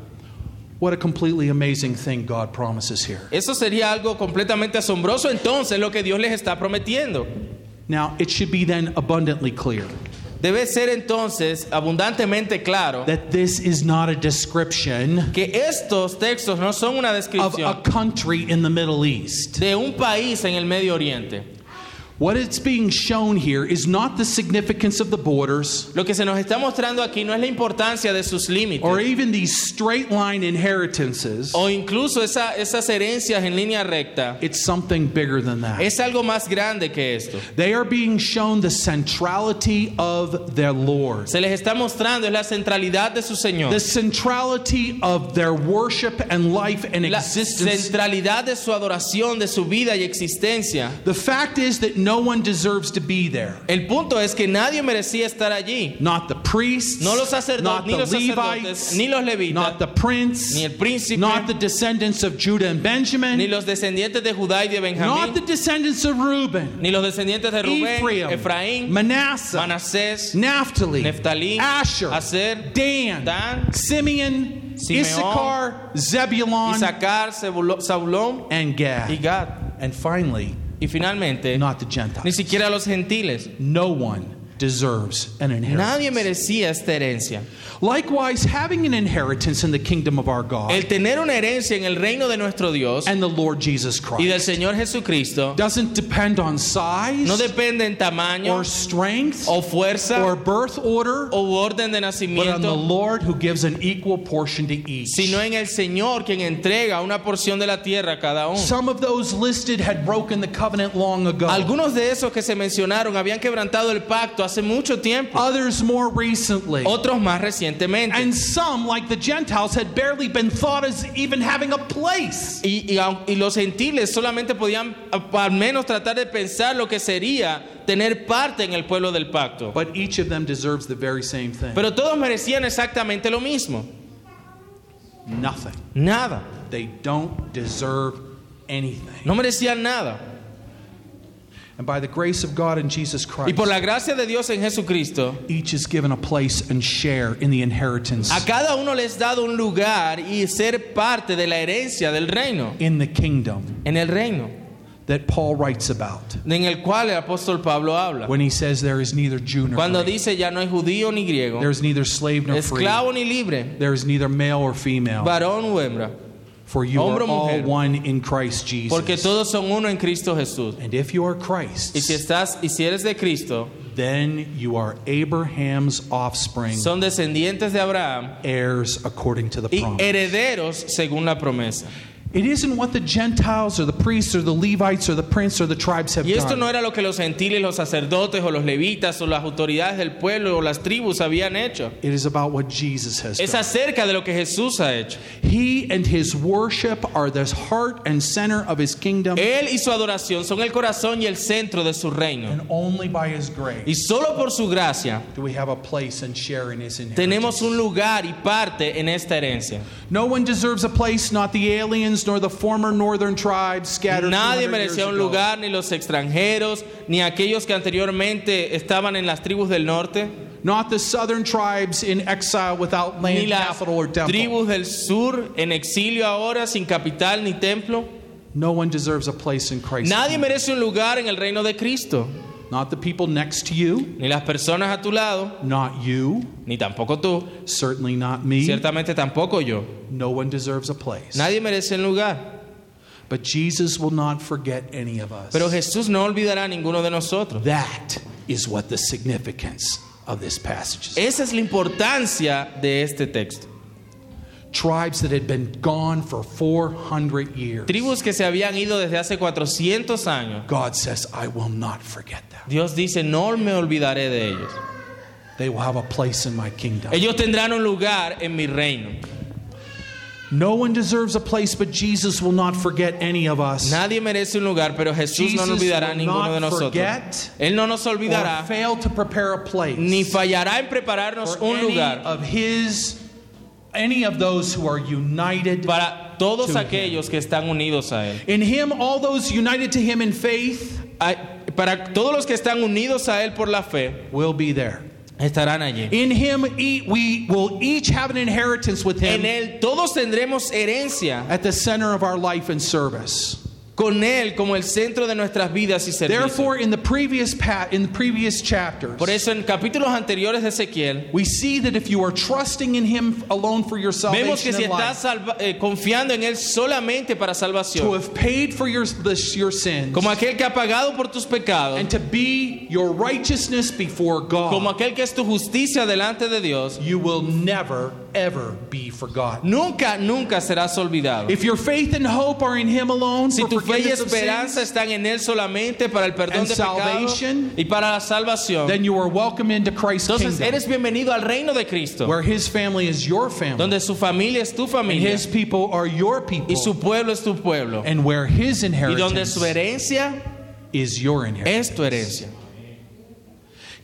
Speaker 1: What a completely amazing thing God promises here.
Speaker 2: Eso sería algo completamente asombroso entonces lo que Dios les está prometiendo.
Speaker 1: Now, it should be then abundantly clear
Speaker 2: Debe ser entonces abundantemente claro
Speaker 1: that this is not a description
Speaker 2: que estos textos no son una
Speaker 1: of a
Speaker 2: descripción
Speaker 1: country in the Middle East.
Speaker 2: de un país en el Medio Oriente.
Speaker 1: What it's being shown here is not the significance of the borders
Speaker 2: Lo que se nos está mostrando aquí no es la importancia de sus
Speaker 1: or
Speaker 2: límites
Speaker 1: even these straight line inheritances.
Speaker 2: o incluso esa- esas herencias en línea recta.
Speaker 1: It's something bigger than that.
Speaker 2: Es algo más grande que esto.
Speaker 1: They are being shown the centrality of their Lord,
Speaker 2: Se les está mostrando es la centralidad de su Señor,
Speaker 1: the centrality of their worship and life and
Speaker 2: la
Speaker 1: existence.
Speaker 2: centralidad de su adoración, de su vida y existencia.
Speaker 1: The fact is that no one deserves to be there.
Speaker 2: El punto es que nadie merecía estar allí.
Speaker 1: Not the priests,
Speaker 2: No los sacerdotes,
Speaker 1: not
Speaker 2: ni
Speaker 1: the
Speaker 2: los sacerdotes,
Speaker 1: Levites,
Speaker 2: ni los levitas,
Speaker 1: not the prince,
Speaker 2: ni el príncipe,
Speaker 1: not the descendants of Judah and Benjamin,
Speaker 2: ni los descendientes de Judá y de
Speaker 1: not the
Speaker 2: Benjamín,
Speaker 1: descendants of Reuben,
Speaker 2: ni los descendientes de Rubén,
Speaker 1: Ephraim,
Speaker 2: Efraín,
Speaker 1: Manasseh,
Speaker 2: Manasés,
Speaker 1: Naphtali,
Speaker 2: Neftalí,
Speaker 1: Asher,
Speaker 2: Aser,
Speaker 1: Dan,
Speaker 2: Dan,
Speaker 1: Simeon,
Speaker 2: Simeón,
Speaker 1: Issachar, Zebulon,
Speaker 2: Isaacar, Zebulo- Zabulón
Speaker 1: and Gad.
Speaker 2: y Gad.
Speaker 1: And finally,
Speaker 2: Y finalmente,
Speaker 1: not the
Speaker 2: ni
Speaker 1: Gentiles.
Speaker 2: siquiera los gentiles.
Speaker 1: No one deserves an
Speaker 2: Nadie
Speaker 1: inheritance.
Speaker 2: merecía esta herencia.
Speaker 1: Likewise, having an inheritance in the kingdom of our God
Speaker 2: El tener una herencia en el reino de nuestro Dios
Speaker 1: and the Lord Jesus
Speaker 2: y
Speaker 1: Christ
Speaker 2: del Señor Jesucristo
Speaker 1: doesn't depend on size
Speaker 2: no depende en tamaño
Speaker 1: or strength
Speaker 2: o fuerza
Speaker 1: or birth order,
Speaker 2: o orden de
Speaker 1: but on the
Speaker 2: nacimiento,
Speaker 1: Lord who gives an equal portion to each.
Speaker 2: sino en el Señor quien entrega una porción de la tierra a cada uno.
Speaker 1: Some of those listed had broken the covenant long ago.
Speaker 2: Algunos de esos que se mencionaron habían quebrantado el pacto hace mucho tiempo,
Speaker 1: Others more recently.
Speaker 2: otros más recientemente.
Speaker 1: And some, like the Gentiles, had barely been thought as even having a place.
Speaker 2: Y, y aun- y los gentiles solamente podían a- al menos tratar de pensar lo que sería tener parte en el pueblo del pacto.
Speaker 1: But each of them deserves the very same thing.
Speaker 2: Pero todos merecían exactamente lo mismo.
Speaker 1: Nothing.
Speaker 2: Nada.
Speaker 1: They don't deserve anything.
Speaker 2: No merecían nada.
Speaker 1: And by the grace of God and Jesus
Speaker 2: Y
Speaker 1: Christ,
Speaker 2: por la gracia de Dios en Jesucristo,
Speaker 1: each is given a place and share in the inheritance
Speaker 2: a cada uno les dado un lugar y ser parte de la herencia del reino,
Speaker 1: in the kingdom
Speaker 2: en el reino,
Speaker 1: that Paul writes about
Speaker 2: en el cual el apóstol Pablo habla.
Speaker 1: when he says there is neither Jew nor
Speaker 2: Cuando
Speaker 1: Greek,
Speaker 2: dice ya no hay judío ni griego,
Speaker 1: there is neither slave nor free,
Speaker 2: esclavo ni libre,
Speaker 1: there is neither male or female,
Speaker 2: varón o hembra,
Speaker 1: for you are
Speaker 2: hombre o
Speaker 1: all
Speaker 2: mujer.
Speaker 1: one in Christ
Speaker 2: porque
Speaker 1: Jesus.
Speaker 2: todos son uno en Cristo Jesús.
Speaker 1: And if you are
Speaker 2: Y si
Speaker 1: Christ's,
Speaker 2: estás y si eres de Cristo,
Speaker 1: then you are Abraham's offspring,
Speaker 2: son descendientes de Abraham
Speaker 1: heirs according to the
Speaker 2: y
Speaker 1: promise.
Speaker 2: herederos según la promesa.
Speaker 1: It isn't what the Gentiles or the priests or the Levites or the prince or the tribes have
Speaker 2: Y esto
Speaker 1: done.
Speaker 2: no era lo que los gentiles, los sacerdotes o los levitas o las autoridades del pueblo o las tribus habían hecho.
Speaker 1: It is about what Jesus has
Speaker 2: Es
Speaker 1: done.
Speaker 2: acerca de lo que Jesús ha hecho.
Speaker 1: He and his worship are the heart and center of his kingdom,
Speaker 2: Él y su adoración son el corazón y el centro de su reino.
Speaker 1: and only by his
Speaker 2: Y
Speaker 1: grace
Speaker 2: solo por su gracia
Speaker 1: do we have a place and share in his inheritance.
Speaker 2: tenemos un lugar y parte en esta herencia.
Speaker 1: No one deserves a place, not the aliens nor the former northern tribes scattered.
Speaker 2: Nadie
Speaker 1: 200 years
Speaker 2: merecía un
Speaker 1: ago.
Speaker 2: lugar, ni los extranjeros, ni aquellos que anteriormente estaban en las tribus del norte,
Speaker 1: Not the southern tribes in exile without
Speaker 2: ni
Speaker 1: land,
Speaker 2: las
Speaker 1: capital, or temple.
Speaker 2: tribus del sur en exilio ahora, sin capital ni templo.
Speaker 1: No one deserves a place in Christ.
Speaker 2: Nadie merece un lugar en el reino de Cristo,
Speaker 1: Not the people next to you,
Speaker 2: ni las personas a tu lado,
Speaker 1: not you,
Speaker 2: ni tampoco tú,
Speaker 1: certainly not me.
Speaker 2: ciertamente tampoco yo.
Speaker 1: No one deserves a place.
Speaker 2: Nadie merece un lugar,
Speaker 1: But Jesus will not forget any of us.
Speaker 2: pero Jesús no olvidará a ninguno de nosotros.
Speaker 1: That is what the significance of this passage is.
Speaker 2: Esa es la importancia de este texto.
Speaker 1: Tribes that had been gone for 400 years.
Speaker 2: Tribus que se habían ido desde hace 400 años.
Speaker 1: God says, I will not forget them.
Speaker 2: Dios dice, no me olvidaré de ellos.
Speaker 1: They will have a place in my kingdom.
Speaker 2: Ellos tendrán un lugar en mi reino.
Speaker 1: No one deserves a place, but Jesus will not forget any of us.
Speaker 2: Nadie merece un lugar, pero Jesús no nos
Speaker 1: Jesus
Speaker 2: olvidará a
Speaker 1: will
Speaker 2: ninguno
Speaker 1: not
Speaker 2: de nosotros.
Speaker 1: forget
Speaker 2: Él no nos
Speaker 1: Or
Speaker 2: olvidará,
Speaker 1: fail to prepare a place
Speaker 2: ni fallará en prepararnos
Speaker 1: for
Speaker 2: un
Speaker 1: any
Speaker 2: lugar
Speaker 1: of his, any of those who are united.
Speaker 2: para todos aquellos que están unidos a Él.
Speaker 1: In him, all those united to him in faith
Speaker 2: Ay, Para todos los que están unidos a Él por la fe,
Speaker 1: will be there.
Speaker 2: estarán allí.
Speaker 1: In him, e- we will each have an inheritance with
Speaker 2: En
Speaker 1: him
Speaker 2: Él todos tendremos herencia
Speaker 1: at the center of our life and service.
Speaker 2: con Él como el centro de nuestras vidas y servicio.
Speaker 1: Therefore, in the previous pa- in the previous chapters,
Speaker 2: Por eso en capítulos anteriores de Ezequiel
Speaker 1: we see that if you are trusting in Him alone for your
Speaker 2: vemos
Speaker 1: salvation
Speaker 2: que si
Speaker 1: and
Speaker 2: estás
Speaker 1: life,
Speaker 2: salva- eh, confiando en Él solamente para
Speaker 1: to
Speaker 2: salvación,
Speaker 1: have paid for your this, your sins,
Speaker 2: como aquel que ha pagado por tus pecados,
Speaker 1: and to be your righteousness before
Speaker 2: como
Speaker 1: God,
Speaker 2: aquel que es tu justicia delante de Dios,
Speaker 1: you will never ever be forgotten.
Speaker 2: nunca, nunca serás olvidado.
Speaker 1: If your faith and hope are in Him alone
Speaker 2: Si
Speaker 1: for
Speaker 2: tu fe y
Speaker 1: forgiveness of
Speaker 2: esperanza
Speaker 1: sins,
Speaker 2: están en Él solamente para el perdón
Speaker 1: And
Speaker 2: de pecados
Speaker 1: salvation,
Speaker 2: y para la salvación,
Speaker 1: then you are welcome into Christ's
Speaker 2: entonces
Speaker 1: kingdom,
Speaker 2: eres bienvenido al reino de Cristo,
Speaker 1: where His family is your family,
Speaker 2: donde su familia es tu
Speaker 1: and
Speaker 2: familia
Speaker 1: His people are your
Speaker 2: y
Speaker 1: people,
Speaker 2: su pueblo es tu pueblo
Speaker 1: and where His
Speaker 2: y donde su
Speaker 1: inheritance
Speaker 2: herencia
Speaker 1: is your inheritance.
Speaker 2: es tu herencia.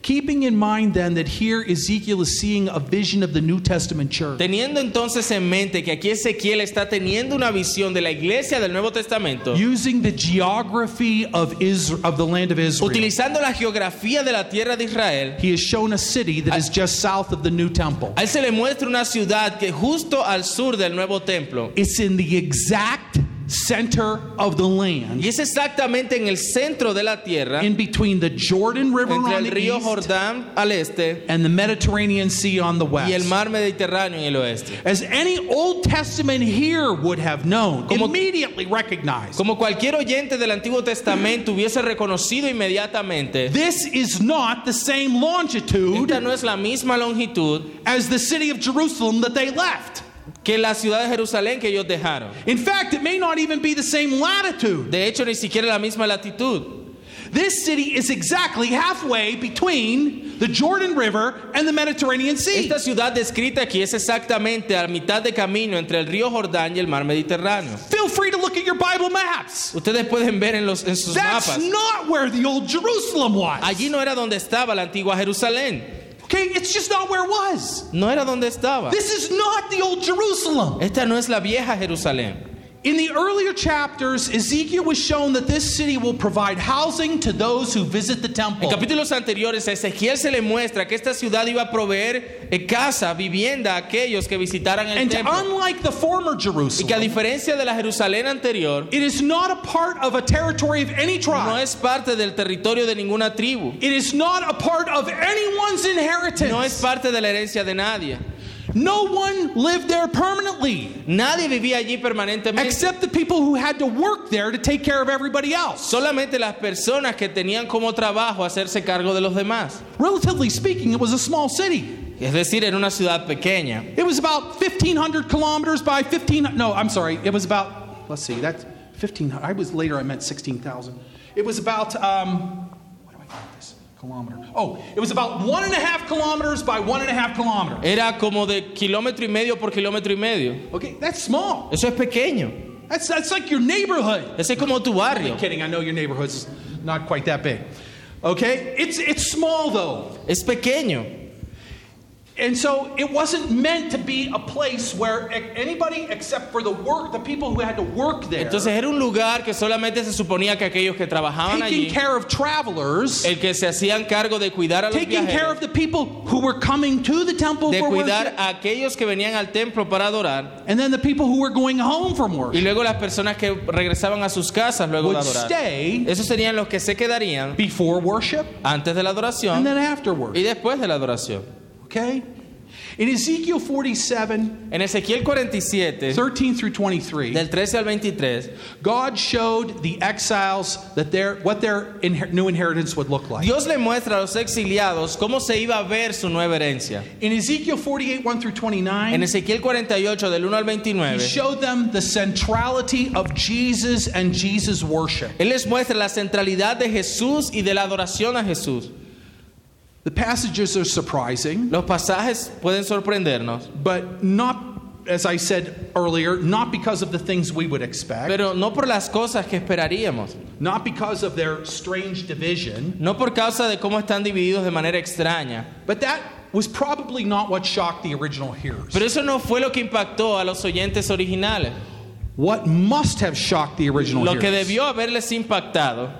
Speaker 1: Keeping in mind then that here Ezekiel is seeing a vision of the New Testament church,
Speaker 2: Teniendo entonces en mente que aquí Ezequiel está teniendo una visión de la iglesia del Nuevo Testamento,
Speaker 1: using the geography of Isra- of the land of Israel,
Speaker 2: utilizando la geografía de la tierra de Israel,
Speaker 1: he is shown a city that is just south of the new temple.
Speaker 2: a él se le muestra una ciudad que justo al sur del nuevo templo,
Speaker 1: It's in the exact center of the land,
Speaker 2: y es exactamente en el centro de la tierra,
Speaker 1: in between the Jordan River
Speaker 2: entre
Speaker 1: on the
Speaker 2: el río
Speaker 1: east
Speaker 2: Jordán al este
Speaker 1: and the Mediterranean Sea on the
Speaker 2: y el
Speaker 1: west.
Speaker 2: mar Mediterráneo en el oeste.
Speaker 1: As any Old Testament here would have known,
Speaker 2: Como-
Speaker 1: immediately recognized.
Speaker 2: Como cualquier oyente del Antiguo Testamento hubiese reconocido inmediatamente,
Speaker 1: This is not the same
Speaker 2: esta
Speaker 1: longitude
Speaker 2: no es la misma longitud
Speaker 1: as the city of Jerusalem that they left.
Speaker 2: que la ciudad de Jerusalén que ellos dejaron.
Speaker 1: In fact, it may not even be the same latitude.
Speaker 2: De hecho, ni siquiera la misma latitud.
Speaker 1: This city is exactly halfway between the Jordan River and the Mediterranean Sea.
Speaker 2: Esta ciudad descrita aquí es exactamente a la mitad de camino entre el río Jordán y el mar Mediterráneo.
Speaker 1: Feel free to look at your Bible maps.
Speaker 2: Ustedes pueden ver en, los, en sus
Speaker 1: That's
Speaker 2: mapas.
Speaker 1: not where the old Jerusalem was.
Speaker 2: Allí no era donde estaba la antigua Jerusalén.
Speaker 1: Okay, it's just not where it was.
Speaker 2: No era donde estaba.
Speaker 1: This is not the old Jerusalem.
Speaker 2: Esta no es la vieja Jerusalén.
Speaker 1: In the earlier chapters, Ezekiel was shown that this city will provide housing to those who visit the
Speaker 2: En
Speaker 1: temple.
Speaker 2: capítulos anteriores a Ezequiel se le muestra que esta ciudad iba a proveer eh, casa, vivienda a aquellos que visitaran el
Speaker 1: And
Speaker 2: templo.
Speaker 1: unlike the former
Speaker 2: Y que a
Speaker 1: Jerusalem,
Speaker 2: diferencia de la Jerusalén anterior,
Speaker 1: it is not a part of a territory of any
Speaker 2: no
Speaker 1: tribe.
Speaker 2: es parte del territorio de ninguna tribu.
Speaker 1: It is not a part of anyone's
Speaker 2: No es
Speaker 1: inheritance.
Speaker 2: parte de la herencia de nadie.
Speaker 1: No one lived there permanently
Speaker 2: Nadie vivía allí permanentemente.
Speaker 1: except the people who had to work there to take care of everybody else.
Speaker 2: Solamente las personas que tenían como trabajo hacerse cargo de los demás.
Speaker 1: Relatively speaking, it was a small city.
Speaker 2: Es decir, en una ciudad pequeña.
Speaker 1: It was about 1,500 kilometers by 15. No, I'm sorry. It was about, let's see, that's 1,500. I was later, I meant 16,000. It was about, um, what do I call this? Kilometer. Oh, it was about one and a half kilometers by one and a half kilometer.
Speaker 2: Era como de kilómetro y medio por kilómetro y medio.
Speaker 1: Okay, that's small.
Speaker 2: Eso es pequeño.
Speaker 1: That's, that's like your neighborhood.
Speaker 2: Ese es como tu barrio.
Speaker 1: Kidding, I know your neighborhood's not quite that big. Okay? It's it's small though.
Speaker 2: Es pequeño.
Speaker 1: And so it wasn't meant to be a place where e- anybody except for the work the people who had to work there
Speaker 2: Entonces era un lugar que solamente se suponía que aquellos que trabajaban
Speaker 1: taking
Speaker 2: allí,
Speaker 1: care of travelers,
Speaker 2: el que se hacían cargo de cuidar a los
Speaker 1: taking care
Speaker 2: viajeros,
Speaker 1: of the people who were coming to the temple
Speaker 2: de
Speaker 1: for
Speaker 2: cuidar
Speaker 1: worship,
Speaker 2: a aquellos que venían al templo para adorar,
Speaker 1: and then the people who were going home from work
Speaker 2: y luego las personas que regresaban a sus casas luego de
Speaker 1: would
Speaker 2: adorar.
Speaker 1: stay
Speaker 2: Esos serían los que se quedarían
Speaker 1: before worship
Speaker 2: antes de la
Speaker 1: and
Speaker 2: adoración
Speaker 1: then afterward.
Speaker 2: y después de la adoración.
Speaker 1: Okay? In Ezekiel 47,
Speaker 2: En Ezequiel 47,
Speaker 1: 13 through 23,
Speaker 2: del 13 al 23,
Speaker 1: God showed the exiles that their what their inher- new inheritance would look like.
Speaker 2: Dios le muestra a los exiliados cómo se iba a ver su nueva herencia.
Speaker 1: In Ezekiel 48, 1 through
Speaker 2: En
Speaker 1: 29,
Speaker 2: Ezequiel 48, del 1 al
Speaker 1: he
Speaker 2: 29,
Speaker 1: showed them the centrality of Jesus and Jesus' worship.
Speaker 2: Él les muestra la centralidad de Jesús y de la adoración a Jesús.
Speaker 1: The passages are surprising,
Speaker 2: Los pasajes pueden sorprendernos,
Speaker 1: but not, as I said earlier, not because of the things we would expect,
Speaker 2: pero no por las cosas que esperaríamos,
Speaker 1: not because of their strange division,
Speaker 2: no por causa de cómo están divididos de manera extraña.
Speaker 1: but that was probably not what shocked the original hearers.
Speaker 2: Pero eso no fue lo que impactó a los oyentes originales.
Speaker 1: What must have shocked the original
Speaker 2: Lo que
Speaker 1: hearers
Speaker 2: debió haberles impactado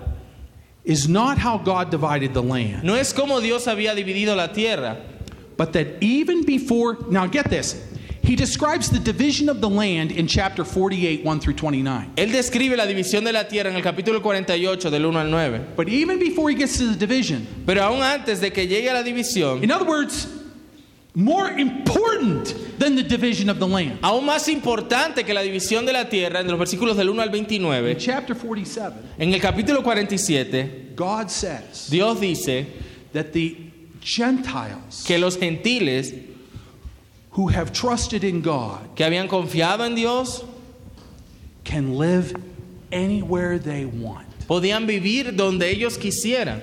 Speaker 1: is not how God divided the land.
Speaker 2: no es cómo Dios había dividido la tierra,
Speaker 1: But that even before, now get this, He describes the division of the land in chapter 48, 1 through 29.
Speaker 2: Él describe la división de la tierra en el capítulo 48 del 1 al 9.
Speaker 1: But even before he gets to the division,
Speaker 2: Pero aún antes de que llegue a la división,
Speaker 1: in other words, more important than the division of the land.
Speaker 2: aún más importante que la división de la tierra, en los versículos del 1 al
Speaker 1: In
Speaker 2: 29,
Speaker 1: chapter 47,
Speaker 2: en el capítulo 47,
Speaker 1: God says
Speaker 2: Dios dice
Speaker 1: that the Gentiles
Speaker 2: que los gentiles
Speaker 1: who have trusted in God
Speaker 2: que habían confiado en Dios
Speaker 1: can live anywhere they want.
Speaker 2: podían vivir donde ellos quisieran.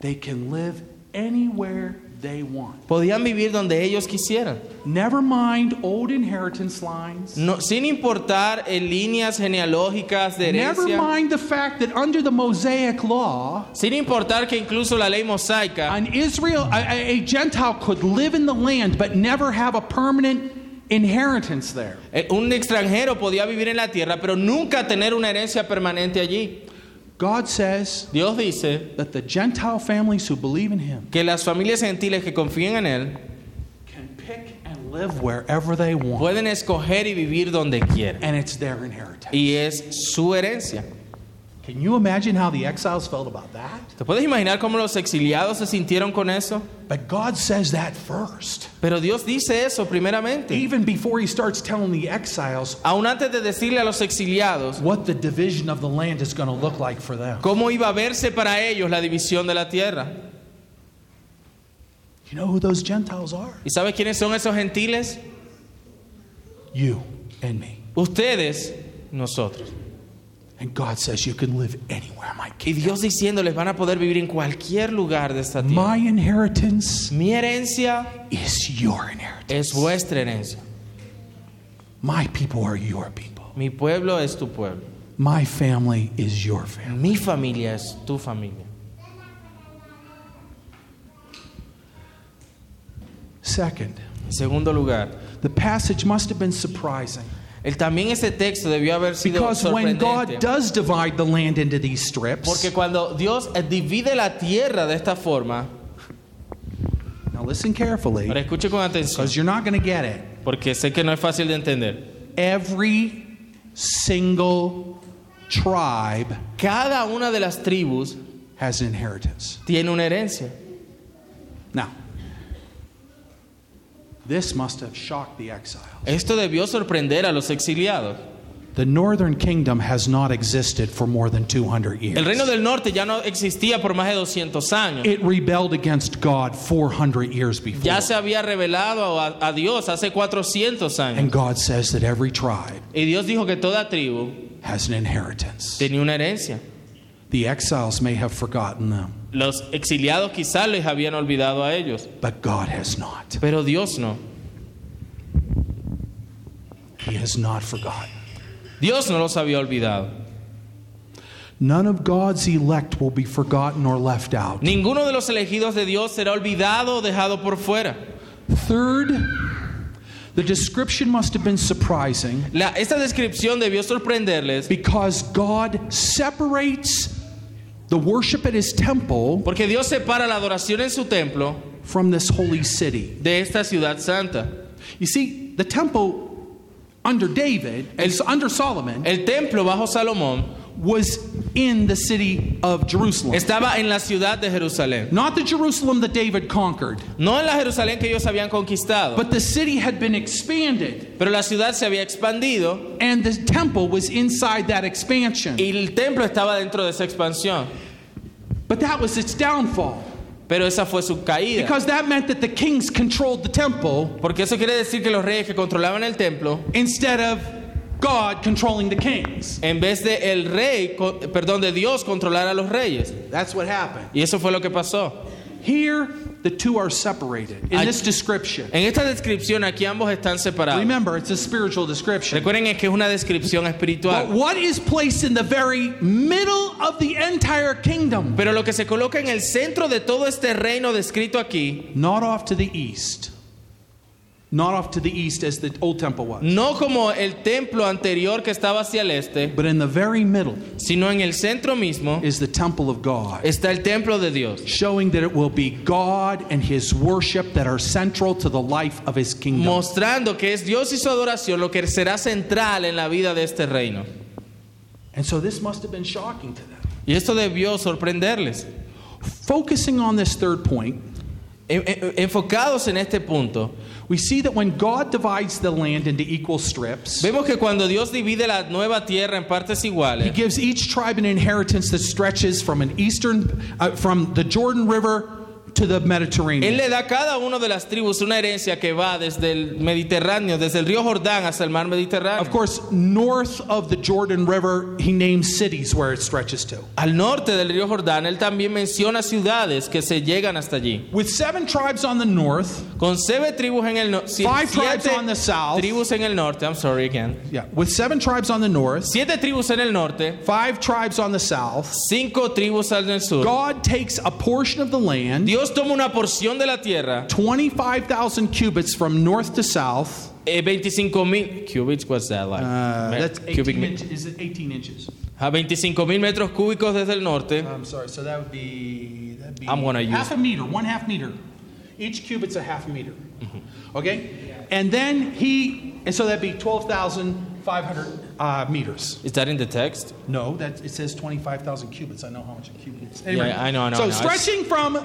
Speaker 1: They can live anywhere they want.
Speaker 2: Podían vivir donde ellos quisieran.
Speaker 1: Never mind old inheritance lines.
Speaker 2: No- sin importar en líneas genealógicas de
Speaker 1: Never
Speaker 2: herencia.
Speaker 1: mind the fact that under the Mosaic law,
Speaker 2: Sin importar que incluso la ley mosaica,
Speaker 1: an Israel, a, a- a Gentile could live in the land but never have a permanent inheritance there.
Speaker 2: eh, un extranjero podía vivir en la tierra, pero nunca tener una herencia permanente allí.
Speaker 1: God says
Speaker 2: Dios dice
Speaker 1: that the Gentile families who believe in Him
Speaker 2: que las familias gentiles que confíen en Él
Speaker 1: can pick and live wherever they want,
Speaker 2: pueden escoger y vivir donde quieran.
Speaker 1: and it's their inheritance.
Speaker 2: Y es su herencia.
Speaker 1: Can you imagine how the exiles felt about that?
Speaker 2: ¿Te puedes imaginar cómo los exiliados se sintieron con eso?
Speaker 1: But God says that first,
Speaker 2: Pero Dios dice eso primeramente.
Speaker 1: even before He starts telling the exiles
Speaker 2: Aún antes de decirle a los exiliados
Speaker 1: what the division of the land is going to look like for them.
Speaker 2: cómo iba a verse para ellos la división de la tierra.
Speaker 1: You know who those Gentiles are?
Speaker 2: ¿Y sabes quiénes son esos gentiles?
Speaker 1: You and me.
Speaker 2: Ustedes, nosotros.
Speaker 1: And God says you can live anywhere, my
Speaker 2: Y
Speaker 1: kid.
Speaker 2: Dios diciéndoles van a poder vivir en cualquier lugar de esta tierra.
Speaker 1: My inheritance
Speaker 2: Mi herencia
Speaker 1: is your inheritance.
Speaker 2: es vuestra herencia.
Speaker 1: My people are your people.
Speaker 2: Mi pueblo es tu pueblo.
Speaker 1: My family is your family.
Speaker 2: Mi familia es tu familia.
Speaker 1: Second,
Speaker 2: En segundo lugar,
Speaker 1: the passage must have been surprising
Speaker 2: el, también este texto debió haber sido
Speaker 1: because when God
Speaker 2: sorprendente.
Speaker 1: does divide the land into these strips,
Speaker 2: Porque cuando Dios divide la tierra de esta forma,
Speaker 1: now listen carefully
Speaker 2: ahora escuche con atención,
Speaker 1: because you're not going to get it.
Speaker 2: porque sé que no es fácil de entender.
Speaker 1: Every single tribe
Speaker 2: Cada una de las tribus
Speaker 1: has an inheritance.
Speaker 2: tiene una herencia.
Speaker 1: Now, this must have shocked the exiles.
Speaker 2: Esto debió sorprender a los exiliados.
Speaker 1: The northern kingdom has not existed for more than 200 years.
Speaker 2: El reino del norte ya no existía por más de 200 años.
Speaker 1: it rebelled against God 400 years before.
Speaker 2: Ya se había revelado a, a Dios hace 400 años.
Speaker 1: And God says that every tribe
Speaker 2: Y Dios dijo que toda tribu
Speaker 1: has an inheritance.
Speaker 2: tenía una herencia.
Speaker 1: The exiles may have forgotten them,
Speaker 2: Los exiliados quizás les habían olvidado a ellos,
Speaker 1: but God has not.
Speaker 2: pero Dios no.
Speaker 1: He has not forgotten.
Speaker 2: Dios no los había olvidado.
Speaker 1: None of God's elect will be forgotten or left out.
Speaker 2: Ninguno de los elegidos de Dios será olvidado o dejado por fuera.
Speaker 1: Third, the description must have been surprising
Speaker 2: La- esta descripción debió sorprenderles
Speaker 1: because God separates the worship at his temple
Speaker 2: porque Dios separa la adoración en su templo
Speaker 1: from this holy city.
Speaker 2: de esta ciudad santa.
Speaker 1: You see, the temple under David and s- under Solomon
Speaker 2: El templo bajo Salomón
Speaker 1: was in the city of Jerusalem.
Speaker 2: estaba en la ciudad de Jerusalén.
Speaker 1: Not the Jerusalem that David conquered,
Speaker 2: No en la Jerusalén que ellos habían conquistado,
Speaker 1: but the city had been expanded
Speaker 2: pero la ciudad se había expandido
Speaker 1: and the temple was inside that expansion.
Speaker 2: y el templo estaba dentro de esa expansión.
Speaker 1: But that was its downfall
Speaker 2: Pero esa fue su caída.
Speaker 1: because that meant that the kings controlled the temple
Speaker 2: Porque eso quiere decir que los reyes que controlaban el templo,
Speaker 1: instead of God controlling the kings.
Speaker 2: en vez de el rey, co- perdón, de Dios controlar a los reyes.
Speaker 1: That's what happened.
Speaker 2: Y eso fue lo que pasó.
Speaker 1: Here, the two are separated in
Speaker 2: I-
Speaker 1: this description.
Speaker 2: En esta descripción aquí ambos están separados.
Speaker 1: Remember, it's a spiritual description.
Speaker 2: Recuerden es que es una descripción
Speaker 1: But
Speaker 2: espiritual.
Speaker 1: what is placed in the very middle of the entire kingdom,
Speaker 2: Pero lo que se coloca en el centro de todo este reino descrito aquí,
Speaker 1: not off to the east, not off to the east as the old temple was,
Speaker 2: No como el templo anterior que estaba hacia el este,
Speaker 1: but in the very middle
Speaker 2: sino en el centro mismo
Speaker 1: is the temple of God.
Speaker 2: está el templo de Dios,
Speaker 1: Showing that it will be God and His worship that are central to the life of His kingdom.
Speaker 2: mostrando que es Dios y su adoración lo que será central en la vida de este reino.
Speaker 1: And so this must have been shocking to them.
Speaker 2: Y esto debió sorprenderles.
Speaker 1: Focusing on this third point,
Speaker 2: En- en- Enfocados en este punto,
Speaker 1: we see that when God divides the land into equal strips,
Speaker 2: vemos que cuando Dios divide la nueva tierra en partes
Speaker 1: He
Speaker 2: iguales,
Speaker 1: gives each tribe an inheritance that stretches from an eastern, uh, from the Jordan River to the
Speaker 2: Él
Speaker 1: Mediterranean.
Speaker 2: le da a cada una de las tribus una herencia que va desde el Mediterráneo, desde el río Jordán hasta el mar
Speaker 1: Of
Speaker 2: Mediterráneo.
Speaker 1: course, north of the Jordan River, he names cities where it stretches to.
Speaker 2: Al norte del río Jordán, él también menciona ciudades que se llegan hasta allí.
Speaker 1: With seven tribes on the north,
Speaker 2: Con siete tribus en el norte,
Speaker 1: Five tribes on the south.
Speaker 2: tribus en el norte, I'm sorry again.
Speaker 1: yeah, with seven tribes on the north,
Speaker 2: Siete tribus en el norte,
Speaker 1: five tribes on the south,
Speaker 2: cinco tribus en el sur.
Speaker 1: God takes a portion of the land,
Speaker 2: Dios toma una porción de la tierra,
Speaker 1: 25,000 cubits from north to south.
Speaker 2: eh, 25 mil cubits, what's that like?
Speaker 1: Uh,
Speaker 2: Me-
Speaker 1: that's
Speaker 2: cubic
Speaker 1: 18
Speaker 2: me-
Speaker 1: inch, is it 18 inches?
Speaker 2: a 25 mil metros cúbicos desde el norte.
Speaker 1: I'm sorry. So that would be. That'd be
Speaker 2: I'm gonna
Speaker 1: half
Speaker 2: use-
Speaker 1: a meter, one half meter. Each cubit's a half meter.
Speaker 2: Mm-hmm.
Speaker 1: Okay, and then he, and so that'd be twelve thousand five hundred uh, meters.
Speaker 2: Is that in the text?
Speaker 1: No, that it says twenty-five thousand cubits. I know how much a cubit is. Anyway,
Speaker 2: I know, I know,
Speaker 1: So
Speaker 2: I know.
Speaker 1: stretching from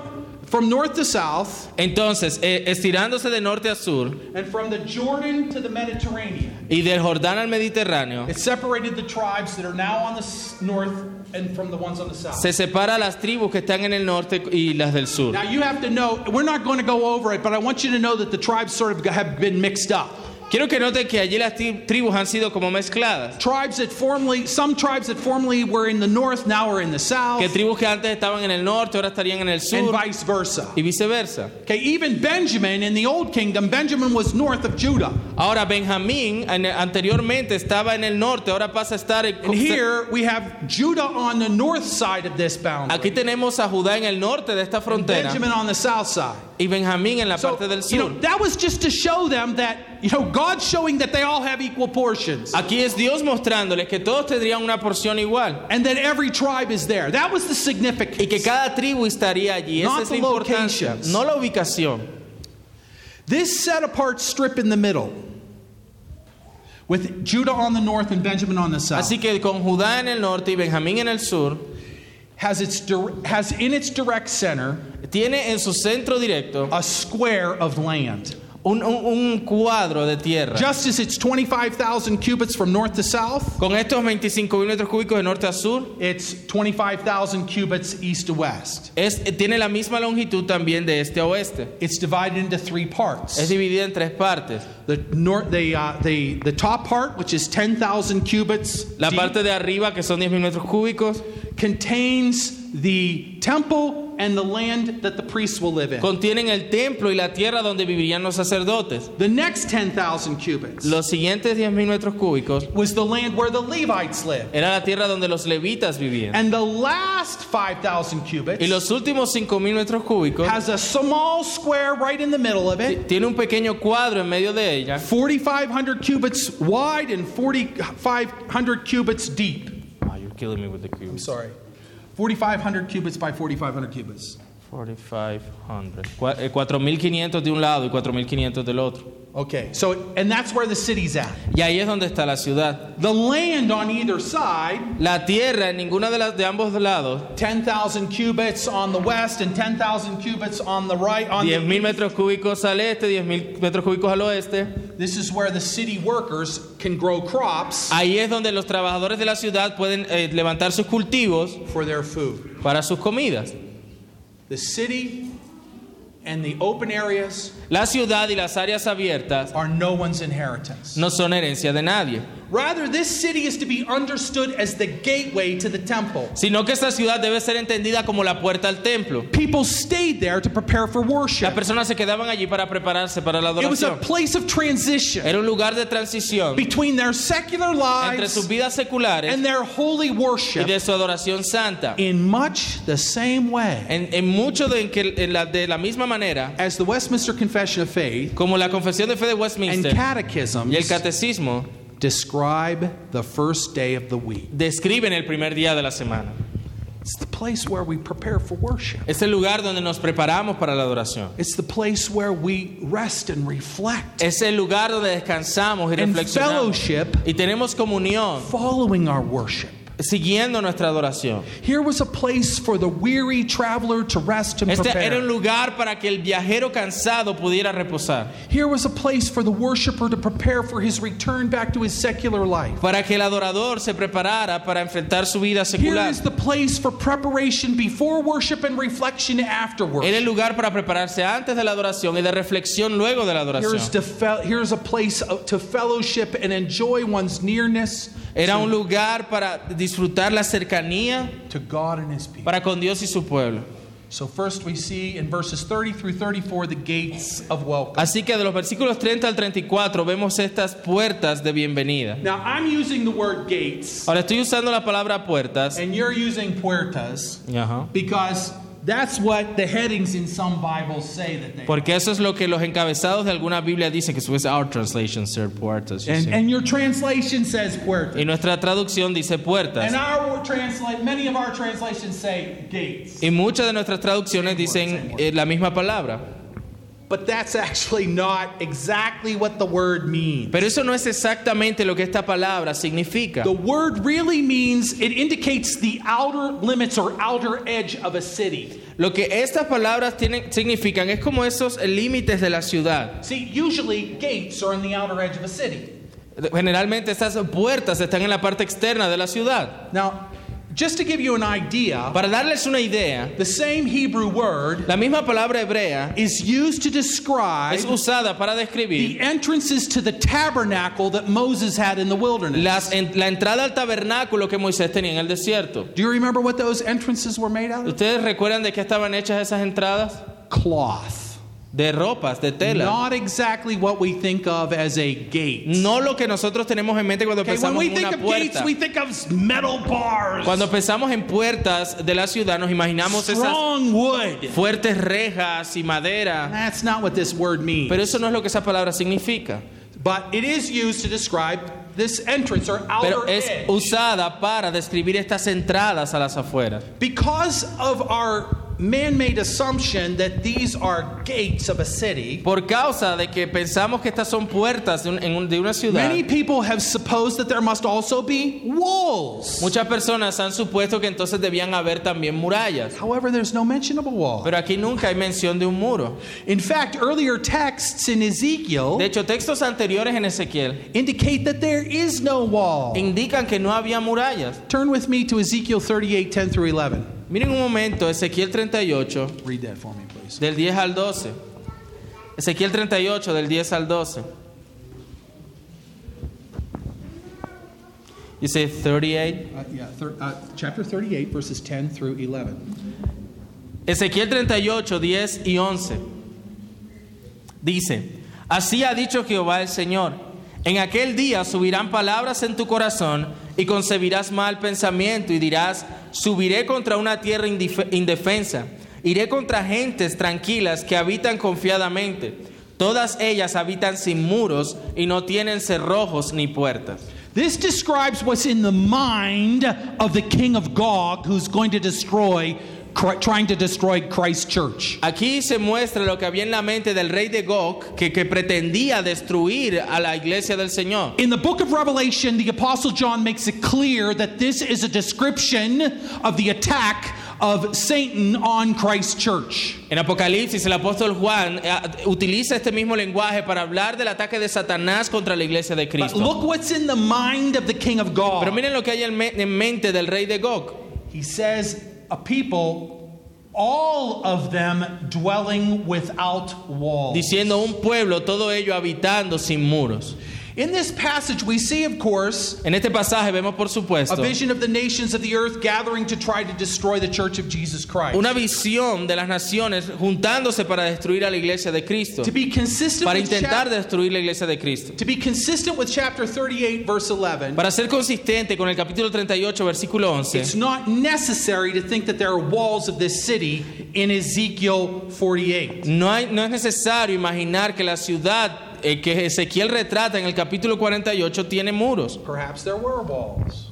Speaker 1: from north to south,
Speaker 2: Entonces, eh, estirándose de norte a sur
Speaker 1: and from the Jordan to the Mediterranean,
Speaker 2: y del Jordán al Mediterráneo,
Speaker 1: it separated the tribes that are now on the s- north and from the ones on the south.
Speaker 2: se separa las tribus que están en el norte y las del sur.
Speaker 1: Now you have to know, we're not going to go over it, but I want you to know that the tribes sort of have been mixed up.
Speaker 2: Quiero que noten que allí las tri- tribus han sido como mezcladas.
Speaker 1: Tribes that formerly, some tribes that formerly were in the north now are in the south,
Speaker 2: Que tribus que antes estaban en el norte ahora estarían en el
Speaker 1: and
Speaker 2: sur
Speaker 1: vice versa.
Speaker 2: y viceversa.
Speaker 1: Okay, even Benjamin in the old kingdom, Benjamin was north of Judah.
Speaker 2: Ahora Benjamín an- anteriormente estaba en el norte, ahora pasa a estar en-
Speaker 1: And here we have Judah on the north side of this
Speaker 2: Aquí
Speaker 1: boundary,
Speaker 2: tenemos a Judá en el norte de esta frontera
Speaker 1: Benjamin on the south side.
Speaker 2: y Benjamín en la
Speaker 1: So,
Speaker 2: parte del
Speaker 1: you know,
Speaker 2: sur.
Speaker 1: that was just to show them that, you know, God's showing that they all have equal portions
Speaker 2: Aquí es Dios mostrándoles que todos tendrían una porción igual.
Speaker 1: and that every tribe is there. That was the significance.
Speaker 2: Y que cada tribu estaría allí.
Speaker 1: Not
Speaker 2: Esa es
Speaker 1: the
Speaker 2: la importancia.
Speaker 1: locations.
Speaker 2: No la ubicación.
Speaker 1: This set apart strip in the middle, with Judah on the north and Benjamin on the south,
Speaker 2: Así que con Judá en el norte y Benjamín en el sur,
Speaker 1: has, its dir- has in its direct center
Speaker 2: tiene en su centro directo
Speaker 1: a square of land.
Speaker 2: un, un- un cuadro de tierra.
Speaker 1: Just as it's 25,000 cubits from north to south,
Speaker 2: Con estos 25 mil metros cúbicos de norte a sur,
Speaker 1: it's 25,000 cubits east to west.
Speaker 2: es, tiene la misma longitud también de este a oeste.
Speaker 1: It's divided into three
Speaker 2: Es
Speaker 1: parts.
Speaker 2: dividida en tres partes.
Speaker 1: The, nor- the, uh, the, the top part, which is 10,000 cubits,
Speaker 2: La
Speaker 1: deep,
Speaker 2: parte de arriba, que son 10 mil metros cúbicos,
Speaker 1: contains the temple and the land that the priests will live in.
Speaker 2: contienen el templo y la tierra donde vivirían los sacerdotes.
Speaker 1: The next 10,000 cubits
Speaker 2: Los siguientes 10 mil metros cúbicos
Speaker 1: was the land where the Levites lived.
Speaker 2: era la tierra donde los levitas vivían.
Speaker 1: And the last 5,000 cubits
Speaker 2: Y los últimos 5000 metros cúbicos
Speaker 1: has a small square right in the middle of it,
Speaker 2: tiene un pequeño cuadro en medio de ella,
Speaker 1: 4,500 cubits wide and 4,500 cubits deep.
Speaker 2: Ah, you're killing me with the cubes.
Speaker 1: Sorry. 4,500 cubits by 4,500 cubits.
Speaker 2: 4500. Cua- eh, 4500 de un lado y 4500 del otro.
Speaker 1: Okay. So, and that's where the city's at.
Speaker 2: Y ahí es donde está la ciudad.
Speaker 1: The land on either side,
Speaker 2: La tierra en ninguna de las de ambos lados,
Speaker 1: 10,000 cubits on the west and 10,000 cubits on the right. On the,
Speaker 2: 10000 metros cúbicos al este, 10000 metros cúbicos al oeste.
Speaker 1: this is where the city workers can grow crops
Speaker 2: Ahí es donde los trabajadores de la ciudad pueden eh, levantar sus cultivos
Speaker 1: for their food.
Speaker 2: para sus comidas.
Speaker 1: The city and the open areas
Speaker 2: La ciudad y las áreas abiertas
Speaker 1: are no one's inheritance.
Speaker 2: no son herencia de nadie.
Speaker 1: Rather, this city is to be understood as the gateway to the temple.
Speaker 2: sino que esta ciudad debe ser entendida como la puerta al templo.
Speaker 1: People stayed there to prepare for
Speaker 2: Las
Speaker 1: worship.
Speaker 2: personas se quedaban allí para prepararse para la
Speaker 1: It was a Eh.
Speaker 2: adoración.
Speaker 1: place of transition
Speaker 2: Era un lugar de transición
Speaker 1: between their secular
Speaker 2: entre sus
Speaker 1: lives
Speaker 2: vidas seculares
Speaker 1: and their holy
Speaker 2: y
Speaker 1: worship
Speaker 2: de su adoración santa.
Speaker 1: in much the same way
Speaker 2: En, en mucho de, en que, en la, de la misma manera
Speaker 1: as the Westminster Confession of Faith
Speaker 2: como la confesión de fe de
Speaker 1: and
Speaker 2: Westminster y el
Speaker 1: catechisms
Speaker 2: catecismo
Speaker 1: describe the first day of the week.
Speaker 2: describen el primer día de la semana.
Speaker 1: It's the place where we prepare for worship.
Speaker 2: Es el lugar donde nos preparamos para la adoración.
Speaker 1: It's the place where we rest and reflect
Speaker 2: Es el lugar donde descansamos y
Speaker 1: and
Speaker 2: reflexionamos.
Speaker 1: fellowship
Speaker 2: Y tenemos comunión
Speaker 1: following our worship.
Speaker 2: siguiendo nuestra adoración.
Speaker 1: Here was a place for the weary traveler to rest and
Speaker 2: Este era un
Speaker 1: prepare.
Speaker 2: lugar para que el viajero cansado pudiera reposar,
Speaker 1: Here was a place for the worshiper to prepare for his return back to his secular life.
Speaker 2: para que el adorador se preparara para enfrentar su vida
Speaker 1: Here
Speaker 2: secular.
Speaker 1: is the place for preparation before worship and reflection
Speaker 2: Era
Speaker 1: afterward.
Speaker 2: el lugar para prepararse antes de la adoración y de reflexión luego de la
Speaker 1: Here is
Speaker 2: adoración.
Speaker 1: to fel- here is a place uh, to fellowship and enjoy one's nearness
Speaker 2: Era un lugar para disfrutar la cercanía
Speaker 1: to God and his people.
Speaker 2: para con Dios y su pueblo.
Speaker 1: So first we see in verses 30 through 34 the gates of welcome.
Speaker 2: Así que de los versículos 30 al 34 vemos estas puertas de bienvenida.
Speaker 1: Now I'm using the word gates
Speaker 2: Ahora estoy usando la palabra puertas
Speaker 1: and you're using puertas
Speaker 2: Ajá.
Speaker 1: because that's what the headings in some Bibles say that they
Speaker 2: porque eso es lo que los encabezados de alguna Biblia dicen que es our translation ser puertas. you
Speaker 1: and,
Speaker 2: see.
Speaker 1: and your translation says puertas.
Speaker 2: Y nuestra traducción dice puertas.
Speaker 1: And our translate many of our translations say gates.
Speaker 2: Y muchas de nuestras traducciones dicen eh, la misma palabra.
Speaker 1: But that's actually not exactly what the word means.
Speaker 2: Pero eso no es exactamente lo que esta palabra significa.
Speaker 1: The word really means it indicates the outer limits or outer edge of a city.
Speaker 2: Lo que estas palabras tienen, significan es como esos límites de la ciudad.
Speaker 1: See, usually gates are on the outer edge of a city.
Speaker 2: Generalmente estas puertas están en la parte externa de la ciudad.
Speaker 1: Now, just to give you an idea,
Speaker 2: Para darles una idea,
Speaker 1: the same Hebrew word
Speaker 2: la misma palabra hebrea
Speaker 1: is used to describe
Speaker 2: es usada para describir
Speaker 1: the entrances to the tabernacle that Moses had in the wilderness.
Speaker 2: las en- la entrada al tabernáculo que Moisés tenía en el desierto.
Speaker 1: Do you remember what those entrances were made out of?
Speaker 2: ¿Ustedes recuerdan de qué estaban hechas esas entradas?
Speaker 1: Cloth.
Speaker 2: De ropas, de tela.
Speaker 1: Not exactly what we think of as a gate.
Speaker 2: No lo que nosotros tenemos en mente cuando
Speaker 1: Okay, when
Speaker 2: pensamos
Speaker 1: we
Speaker 2: en
Speaker 1: think
Speaker 2: una
Speaker 1: of gates,
Speaker 2: puerta.
Speaker 1: we think of metal bars,
Speaker 2: Cuando pensamos en puertas de la ciudad, nos imaginamos esas
Speaker 1: strong wood.
Speaker 2: fuertes rejas y madera.
Speaker 1: That's not what this word means.
Speaker 2: Pero eso no es lo que esa palabra significa.
Speaker 1: But it is used to describe this entrance or
Speaker 2: Pero
Speaker 1: outer
Speaker 2: es
Speaker 1: edge.
Speaker 2: usada para describir estas entradas a las afueras.
Speaker 1: Because of our man made assumption that these are gates of a city,
Speaker 2: Por causa de que pensamos que estas son puertas de, un- en un- de una ciudad,
Speaker 1: many people have supposed that there must also be walls.
Speaker 2: muchas personas han supuesto que entonces debían haber también murallas.
Speaker 1: However, there's no mention of a wall.
Speaker 2: Pero aquí nunca hay mención de un muro.
Speaker 1: In fact, earlier texts in
Speaker 2: De
Speaker 1: Ezekiel
Speaker 2: hecho, textos anteriores en Ezequiel
Speaker 1: indicate that there is no wall.
Speaker 2: indican que no había murallas.
Speaker 1: Turn with me to Ezekiel 38 10 through 11.
Speaker 2: Miren un momento, Ezequiel 38,
Speaker 1: Read that for me, please.
Speaker 2: del 10 al 12. Ezequiel 38, del 10 al 12. Dice 38.
Speaker 1: Uh, yeah, thir- uh, chapter 38, verses 10 through 11.
Speaker 2: Ezequiel 38, 10 y 11. Dice, así ha dicho Jehová el Señor, en aquel día subirán palabras en tu corazón y concebirás mal pensamiento y dirás, subiré contra una tierra indif- indefensa, iré contra gentes tranquilas que habitan confiadamente. Todas ellas habitan sin muros y no tienen cerrojos ni puertas.
Speaker 1: This describes what's in the mind of the king of Gog who's going to destroy cr- trying to destroy Christ's church.
Speaker 2: Aquí se muestra lo que había en la mente del rey de Gog, que, que pretendía destruir a la iglesia del Señor.
Speaker 1: In the book of Revelation, the apostle John makes it clear that this is a description of the attack of Satan on Christ's church.
Speaker 2: En Apocalipsis el apóstol Juan eh, utiliza este mismo lenguaje para hablar del ataque de Satanás contra la iglesia de
Speaker 1: But
Speaker 2: Cristo.
Speaker 1: look what's in the mind of the king of
Speaker 2: Pero
Speaker 1: Gog.
Speaker 2: miren lo que hay en, me- en mente del rey de Gog.
Speaker 1: He says, a people, all of them dwelling without walls.
Speaker 2: Diciendo un pueblo, todo ello habitando sin muros.
Speaker 1: In this passage, we see, of course,
Speaker 2: En este pasaje vemos, por
Speaker 1: a
Speaker 2: supuesto,
Speaker 1: vision of the nations of the earth gathering to try to destroy the church of Jesus Christ.
Speaker 2: una visión de las naciones juntándose para destruir a la iglesia de Cristo,
Speaker 1: to be consistent
Speaker 2: para
Speaker 1: with chap-
Speaker 2: intentar destruir la iglesia de Cristo.
Speaker 1: to be consistent with chapter 38 verse 11
Speaker 2: Para ser consistente con el capítulo 38, versículo 11,
Speaker 1: it's not necessary to think that there are walls of this city in Ezekiel 48
Speaker 2: No, hay- no es necesario imaginar que la ciudad eh, que Ezequiel retrata en el capítulo 48 tiene muros.
Speaker 1: perhaps there were walls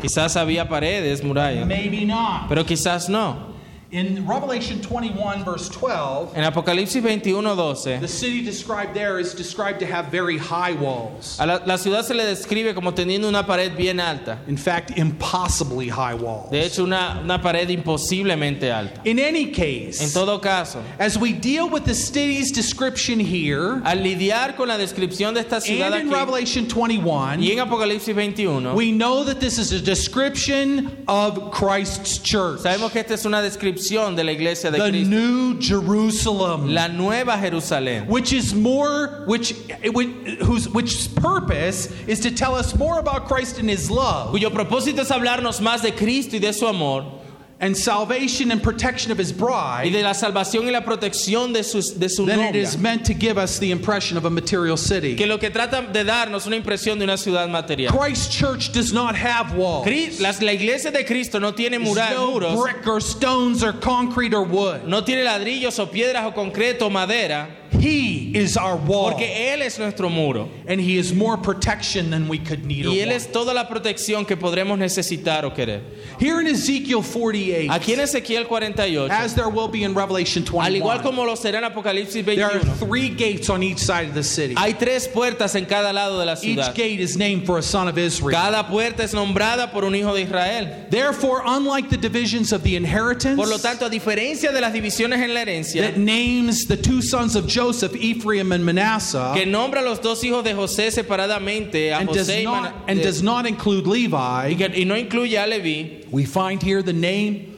Speaker 2: Quizás había paredes, murallas,
Speaker 1: maybe not
Speaker 2: pero quizás no.
Speaker 1: in Revelation 21 verse 12
Speaker 2: En Apocalipsis 21, 12,
Speaker 1: the city described there is described to have very high walls
Speaker 2: a la, la ciudad se le describe como teniendo una pared bien alta.
Speaker 1: in fact impossibly high walls
Speaker 2: De hecho, una, una pared imposiblemente alta.
Speaker 1: in any
Speaker 2: En
Speaker 1: case
Speaker 2: todo caso,
Speaker 1: as we deal with the city's description here
Speaker 2: al lidiar con la descripción de esta ciudad
Speaker 1: and in
Speaker 2: aquí,
Speaker 1: Revelation 21
Speaker 2: y en Apocalipsis 21,
Speaker 1: We know that this is a description of Christ's church,
Speaker 2: sabemos que esta es una descripción de la iglesia de
Speaker 1: the
Speaker 2: Cristo,
Speaker 1: new Jerusalem,
Speaker 2: la nueva Jerusalén.
Speaker 1: which is more, which, which, whose, which purpose is to tell us more about Christ and His love,
Speaker 2: cuyo propósito es hablarnos más de Cristo y de su amor,
Speaker 1: and salvation and protection of His
Speaker 2: y
Speaker 1: bride,
Speaker 2: de la salvación y la protección de, sus, de su
Speaker 1: than it
Speaker 2: novia,
Speaker 1: is meant to give us the impression of a material
Speaker 2: que
Speaker 1: city.
Speaker 2: lo que trata de darnos una impresión de una ciudad material.
Speaker 1: Christ's church does not have walls.
Speaker 2: Cri- las- la iglesia de Cristo no tiene
Speaker 1: There's
Speaker 2: mural,
Speaker 1: no
Speaker 2: muros,
Speaker 1: brick or stones or concrete or wood.
Speaker 2: no tiene ladrillos o piedras o concreto o madera,
Speaker 1: He is our wall,
Speaker 2: porque Él es nuestro muro.
Speaker 1: and He is more protection than we could need. or
Speaker 2: Y Él
Speaker 1: want.
Speaker 2: es toda la protección que podremos necesitar o querer.
Speaker 1: Here in Ezekiel 48,
Speaker 2: Aquí en Ezequiel 48,
Speaker 1: as there will be in Revelation
Speaker 2: al igual
Speaker 1: 21,
Speaker 2: como lo será en Apocalipsis
Speaker 1: there
Speaker 2: 21,
Speaker 1: are three gates on each side of the city.
Speaker 2: hay tres puertas en cada lado de la ciudad.
Speaker 1: Each gate is named for a son of Israel.
Speaker 2: Cada puerta es nombrada por un hijo de Israel.
Speaker 1: Therefore, unlike the divisions of the inheritance
Speaker 2: Por lo tanto, a diferencia de las divisiones en la herencia,
Speaker 1: that names the two sons of Joseph, Ephraim and Manasseh,
Speaker 2: que nombra a los dos hijos de José separadamente, a
Speaker 1: and does,
Speaker 2: José y,
Speaker 1: not,
Speaker 2: Mana-
Speaker 1: and
Speaker 2: de-
Speaker 1: does not include
Speaker 2: y
Speaker 1: Levi,
Speaker 2: que- y no incluye a Leví,
Speaker 1: we find here the name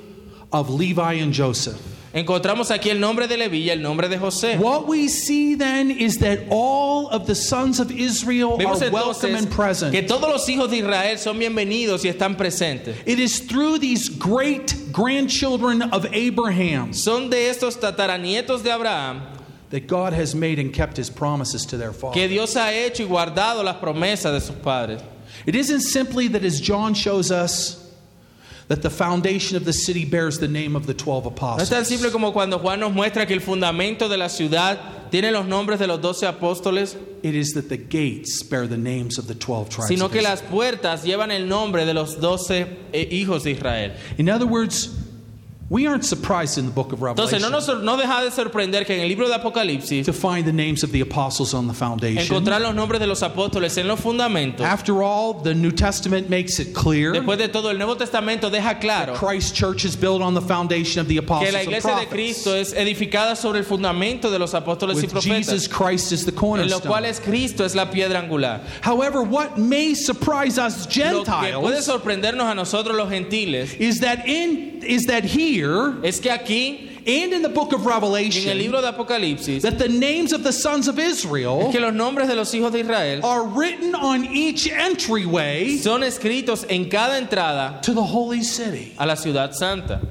Speaker 1: of Levi and Joseph.
Speaker 2: encontramos aquí el nombre de Leví y el nombre de José.
Speaker 1: What we see then is that all of the sons of Israel
Speaker 2: Vemos
Speaker 1: are welcome
Speaker 2: entonces
Speaker 1: and present.
Speaker 2: que todos los hijos de Israel son bienvenidos y están presentes.
Speaker 1: It is through these great grandchildren of Abraham's
Speaker 2: Son de estos tataranietos de Abraham
Speaker 1: that God has made and kept his promises to their father.
Speaker 2: que Dios ha hecho y guardado las promesas de sus padres.
Speaker 1: It isn't simply that, as John shows us, that the foundation of the city bears the name of the 12
Speaker 2: No es
Speaker 1: apostles.
Speaker 2: tan simple como cuando Juan nos muestra que el fundamento de la ciudad tiene los nombres de los doce apóstoles,
Speaker 1: It is that the gates bear the names of the 12 tribes.
Speaker 2: sino
Speaker 1: of
Speaker 2: que
Speaker 1: Israel.
Speaker 2: las puertas llevan el nombre de los doce eh, hijos de Israel.
Speaker 1: In other words, we aren't surprised in the book of Revelation
Speaker 2: Entonces no, nos, no deja de sorprender que en el libro de Apocalipsis
Speaker 1: to find the names of the apostles on the foundation.
Speaker 2: encontrar los nombres de los apóstoles en los fundamentos.
Speaker 1: After all, the New Testament makes it clear
Speaker 2: Después de todo, el Nuevo Testamento deja claro
Speaker 1: Christ's church is built on the foundation of the apostles
Speaker 2: que la
Speaker 1: and
Speaker 2: iglesia de
Speaker 1: prophets.
Speaker 2: Cristo es edificada sobre el fundamento de los apóstoles y
Speaker 1: with Jesus
Speaker 2: profetas,
Speaker 1: Christ as the
Speaker 2: en los
Speaker 1: cornerstone.
Speaker 2: cuales Cristo es la piedra angular.
Speaker 1: However, what may surprise us
Speaker 2: Lo que puede
Speaker 1: Gentiles
Speaker 2: sorprendernos a nosotros los gentiles
Speaker 1: is that in is that here
Speaker 2: es que aquí,
Speaker 1: and in the book of
Speaker 2: y en el
Speaker 1: Revelation
Speaker 2: libro de Apocalipsis,
Speaker 1: that the names of the sons of
Speaker 2: es
Speaker 1: Israel
Speaker 2: que los nombres de los hijos de Israel
Speaker 1: are written on each entryway
Speaker 2: son escritos en cada entrada
Speaker 1: to the holy city.
Speaker 2: a la ciudad santa.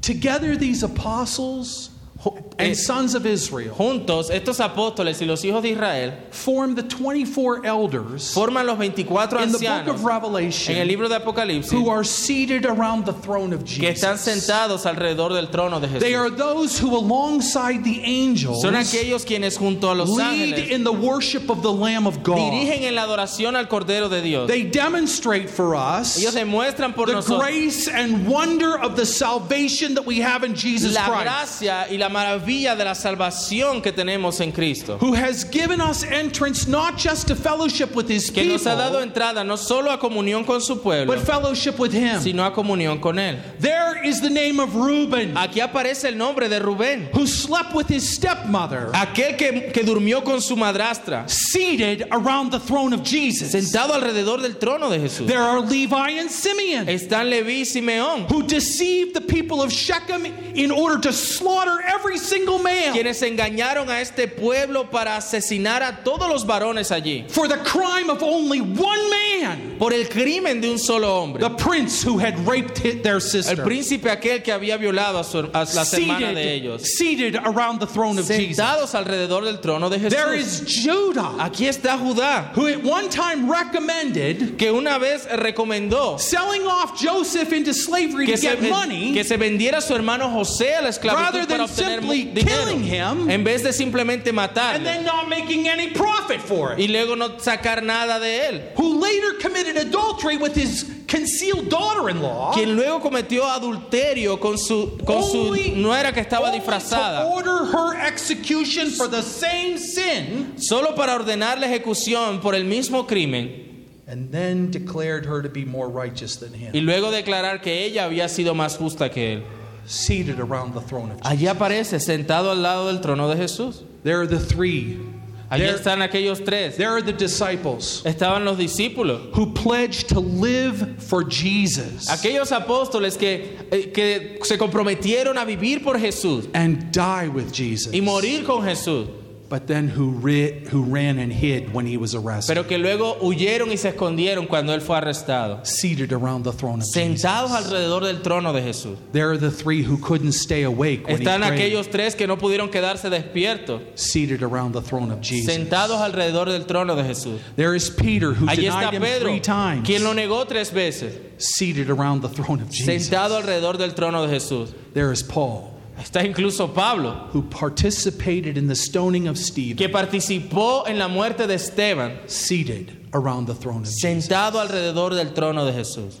Speaker 1: Together these apostles
Speaker 2: Ju- eh,
Speaker 1: and sons of Israel
Speaker 2: Juntos, estos apóstoles y los hijos de Israel
Speaker 1: form the 24 elders
Speaker 2: forman los 24
Speaker 1: in the book of
Speaker 2: ancianos en el
Speaker 1: Revelation
Speaker 2: libro de Apocalipsis
Speaker 1: who are seated around the throne of
Speaker 2: que están
Speaker 1: Jesus.
Speaker 2: sentados alrededor del trono de
Speaker 1: They
Speaker 2: Jesús.
Speaker 1: are those who, alongside the angels,
Speaker 2: Son aquellos quienes junto a los
Speaker 1: lead
Speaker 2: ángeles
Speaker 1: in the worship of the Lamb of God.
Speaker 2: dirigen en la adoración al Cordero de Dios.
Speaker 1: They demonstrate for us
Speaker 2: Ellos demuestran por
Speaker 1: the
Speaker 2: nosotros
Speaker 1: grace and wonder of the salvation that we have in Jesus
Speaker 2: la
Speaker 1: Christ,
Speaker 2: gracia y la maravilla de la salvación que tenemos en Cristo,
Speaker 1: who has given us entrance not just to fellowship with His
Speaker 2: que nos ha dado
Speaker 1: people,
Speaker 2: entrada no solo a comunión con su pueblo,
Speaker 1: but fellowship with Him.
Speaker 2: sino a comunión con él.
Speaker 1: There is the name of Reuben,
Speaker 2: Aquí aparece el nombre de Rubén,
Speaker 1: who slept with his stepmother,
Speaker 2: aquel que, que durmió con su madrastra,
Speaker 1: seated around the throne of Jesus.
Speaker 2: sentado alrededor del trono de Jesús.
Speaker 1: There are Levi and Simeon.
Speaker 2: Están Leví y Simeón,
Speaker 1: who deceived the people of Shechem in order to slaughter every single male
Speaker 2: quienes engañaron a este pueblo para asesinar a todos los varones allí
Speaker 1: for the crime of only one man,
Speaker 2: por el crimen de un solo hombre.
Speaker 1: the prince who had raped hi- their
Speaker 2: El
Speaker 1: sister,
Speaker 2: príncipe aquel que había violado a, su, a la hermana de
Speaker 1: seated,
Speaker 2: ellos,
Speaker 1: seated around the throne of Jesus.
Speaker 2: sentados alrededor del trono de
Speaker 1: There
Speaker 2: Jesús.
Speaker 1: is Judah,
Speaker 2: Aquí está Judá,
Speaker 1: who at one time recommended
Speaker 2: que una vez recomendó
Speaker 1: selling off Joseph into slavery
Speaker 2: que
Speaker 1: to
Speaker 2: se,
Speaker 1: get
Speaker 2: ven-
Speaker 1: money
Speaker 2: que se vendiera a su hermano José a la esclavitud
Speaker 1: Rather
Speaker 2: para
Speaker 1: than
Speaker 2: obtener mu-
Speaker 1: simply
Speaker 2: dinero,
Speaker 1: killing him,
Speaker 2: en vez de simplemente
Speaker 1: and
Speaker 2: matarlo
Speaker 1: then not making any profit for it.
Speaker 2: y luego no sacar nada de él.
Speaker 1: Who later committed adultery with his concealed daughter in law.
Speaker 2: Quien luego cometió adulterio con su, con su
Speaker 1: Only-
Speaker 2: nuera que estaba
Speaker 1: only To
Speaker 2: disfrazada,
Speaker 1: order her execution for the same sin,
Speaker 2: solo para ordenar la ejecución por el mismo crimen
Speaker 1: and then declared her to be more righteous than him,
Speaker 2: y luego declarar que ella había sido más justa que él.
Speaker 1: seated around the throne of.
Speaker 2: Allí aparece sentado al lado del trono de Jesús.
Speaker 1: There are the three.
Speaker 2: Allí
Speaker 1: There-
Speaker 2: están aquellos tres.
Speaker 1: There are the disciples
Speaker 2: Estaban los discípulos.
Speaker 1: who pledged to live for Jesus
Speaker 2: Aquellos apóstoles que, eh, que se comprometieron a vivir por Jesús
Speaker 1: and die with Jesus,
Speaker 2: y morir con Jesús,
Speaker 1: but then who ri- who ran and hid when he was arrested,
Speaker 2: pero que luego huyeron y se escondieron cuando él fue arrestado.
Speaker 1: seated around the throne of Jesus.
Speaker 2: Sentados alrededor del trono de Jesús.
Speaker 1: There are the three who couldn't stay awake when
Speaker 2: Están
Speaker 1: he prayed,
Speaker 2: aquellos tres que no pudieron quedarse despiertos,
Speaker 1: seated around the throne of Jesus.
Speaker 2: sentados alrededor del trono de Jesús.
Speaker 1: There is Peter who
Speaker 2: Allí está
Speaker 1: denied him
Speaker 2: Pedro,
Speaker 1: three times,
Speaker 2: quien lo negó tres veces,
Speaker 1: seated around the throne of Jesus.
Speaker 2: sentado alrededor del trono de Jesús.
Speaker 1: There is Paul
Speaker 2: Está incluso Pablo,
Speaker 1: who participated in the stoning of Stephen,
Speaker 2: que participó en la muerte de Esteban,
Speaker 1: seated around the throne of Jesus.
Speaker 2: sentado alrededor del trono de Jesús.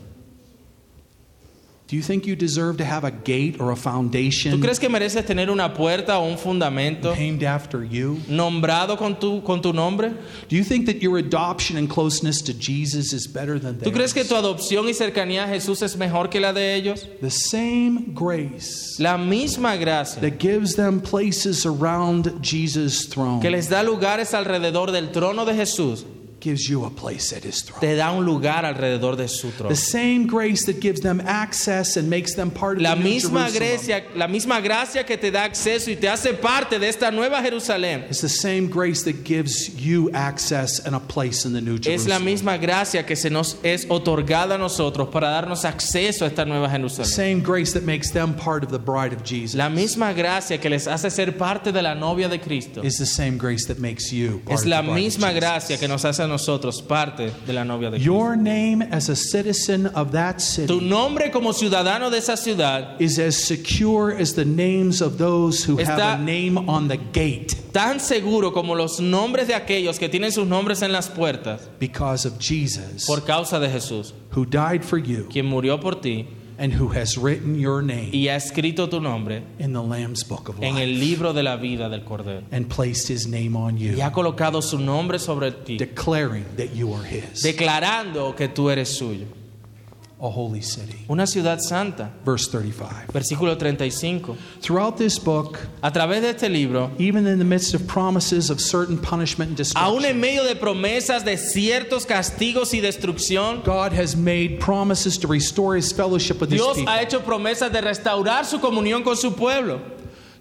Speaker 1: Do you think you deserve to have a gate or a
Speaker 2: ¿Tú
Speaker 1: foundation
Speaker 2: crees que mereces tener una puerta o un fundamento
Speaker 1: named after you?
Speaker 2: nombrado con tu, con tu nombre?
Speaker 1: Do you think that your adoption and closeness to Jesus is better than
Speaker 2: ¿Tú
Speaker 1: theirs?
Speaker 2: crees que tu adopción y cercanía a Jesús es mejor que la de ellos?
Speaker 1: The same grace
Speaker 2: La misma gracia
Speaker 1: that gives them places around Jesus' throne
Speaker 2: que les da lugares alrededor del trono de Jesús
Speaker 1: gives you a place at his throne.
Speaker 2: te da un lugar alrededor de su trono.
Speaker 1: The same grace that gives them access and makes them part of
Speaker 2: La
Speaker 1: the new
Speaker 2: misma,
Speaker 1: Jerusalem
Speaker 2: gracia, la misma gracia que te da acceso y te hace parte de esta nueva Jerusalén
Speaker 1: is the same grace that gives you access and a place in the new
Speaker 2: es la
Speaker 1: Jerusalem.
Speaker 2: misma gracia que se nos es otorgada a nosotros para darnos acceso a esta nueva Jerusalén.
Speaker 1: same grace that makes them part of the bride of Jesus
Speaker 2: La misma gracia que les hace ser parte de la novia de Cristo
Speaker 1: is the same grace that makes you part
Speaker 2: es
Speaker 1: of
Speaker 2: la
Speaker 1: the bride
Speaker 2: misma
Speaker 1: of Jesus.
Speaker 2: gracia que nos hace a nosotros parte de la novia de Cristo.
Speaker 1: Your name as a citizen of that
Speaker 2: Tu
Speaker 1: city
Speaker 2: nombre como ciudadano de esa ciudad
Speaker 1: is as secure as the names of those who have
Speaker 2: Está-
Speaker 1: a name on the gate
Speaker 2: tan seguro como los nombres de aquellos que tienen sus nombres en las puertas
Speaker 1: because of Jesus
Speaker 2: por causa de Jesús,
Speaker 1: who died for you
Speaker 2: quien murió por ti
Speaker 1: and who has written your name
Speaker 2: y ha escrito tu nombre
Speaker 1: in the Lamb's book of
Speaker 2: en
Speaker 1: life
Speaker 2: el libro de la vida del Cordero
Speaker 1: and placed his name on
Speaker 2: y
Speaker 1: you
Speaker 2: ha colocado su nombre sobre ti,
Speaker 1: declaring that you are his
Speaker 2: declarando que tú eres suyo.
Speaker 1: a holy city
Speaker 2: Una ciudad santa.
Speaker 1: verse 35
Speaker 2: Versículo 35.
Speaker 1: throughout this book
Speaker 2: A través de este libro,
Speaker 1: even in the midst of promises of certain punishment and
Speaker 2: aún
Speaker 1: destruction,
Speaker 2: en medio de promesas de ciertos castigos y destrucción,
Speaker 1: God has made promises to restore his fellowship with his
Speaker 2: Dios
Speaker 1: people.
Speaker 2: ha hecho promesas de restaurar su comunión con su pueblo.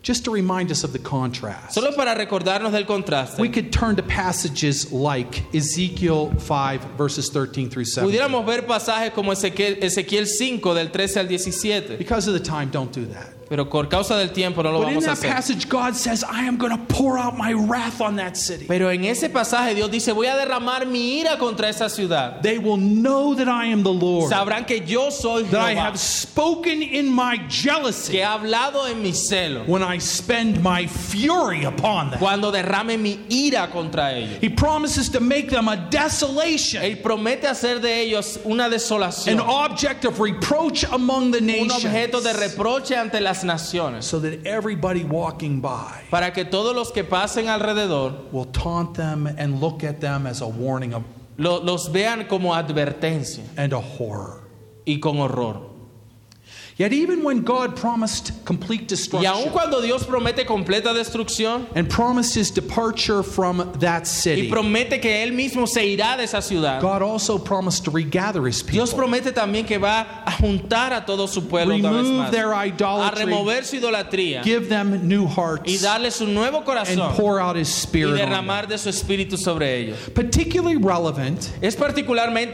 Speaker 1: Just to remind us of the contrast,
Speaker 2: Solo para recordarnos del contraste.
Speaker 1: we could turn to passages like Ezekiel 5, verses 13 through 17.
Speaker 2: Pudiéramos ver pasajes como Ezequiel, Ezequiel 5 del 13 al 17,
Speaker 1: Because of the time, don't do that.
Speaker 2: pero por causa del tiempo no lo
Speaker 1: But in
Speaker 2: vamos a
Speaker 1: that
Speaker 2: hacer.
Speaker 1: passage, God says, I am going to pour out my wrath on that city.
Speaker 2: Pero en ese pasaje Dios dice, voy a derramar mi ira contra esa ciudad.
Speaker 1: They will know that I am the Lord, that
Speaker 2: Sabrán que yo soy
Speaker 1: I
Speaker 2: Jehová,
Speaker 1: have spoken in my jealousy
Speaker 2: que he hablado en mi celo,
Speaker 1: when I spend my fury upon them.
Speaker 2: cuando derrame mi ira contra ellos.
Speaker 1: He promises to make them a desolation,
Speaker 2: Él promete hacer de ellos una
Speaker 1: an
Speaker 2: desolación,
Speaker 1: object of reproach among the
Speaker 2: un objeto de
Speaker 1: nations,
Speaker 2: reproche ante las naciones,
Speaker 1: so that everybody walking by
Speaker 2: para que todos los que pasen alrededor
Speaker 1: will taunt them and look at them as a warning of,
Speaker 2: lo- los vean como advertencia
Speaker 1: and a horror.
Speaker 2: y con horror.
Speaker 1: Yet, even when God promised complete
Speaker 2: Y aun
Speaker 1: destruction
Speaker 2: cuando Dios promete completa destrucción
Speaker 1: and promised his departure from that
Speaker 2: y
Speaker 1: city,
Speaker 2: promete que Él mismo se irá de esa ciudad,
Speaker 1: God also promised to regather his
Speaker 2: Dios
Speaker 1: people,
Speaker 2: promete también que va a juntar a todo su pueblo otra vez
Speaker 1: remove
Speaker 2: más,
Speaker 1: their
Speaker 2: a
Speaker 1: idolatry,
Speaker 2: remover su idolatría
Speaker 1: give them new
Speaker 2: y
Speaker 1: hearts,
Speaker 2: darles un nuevo
Speaker 1: and
Speaker 2: corazón
Speaker 1: pour out his
Speaker 2: y
Speaker 1: spirit. on them.
Speaker 2: derramar de su espíritu sobre ellos.
Speaker 1: Particularly relevant
Speaker 2: Es particularmente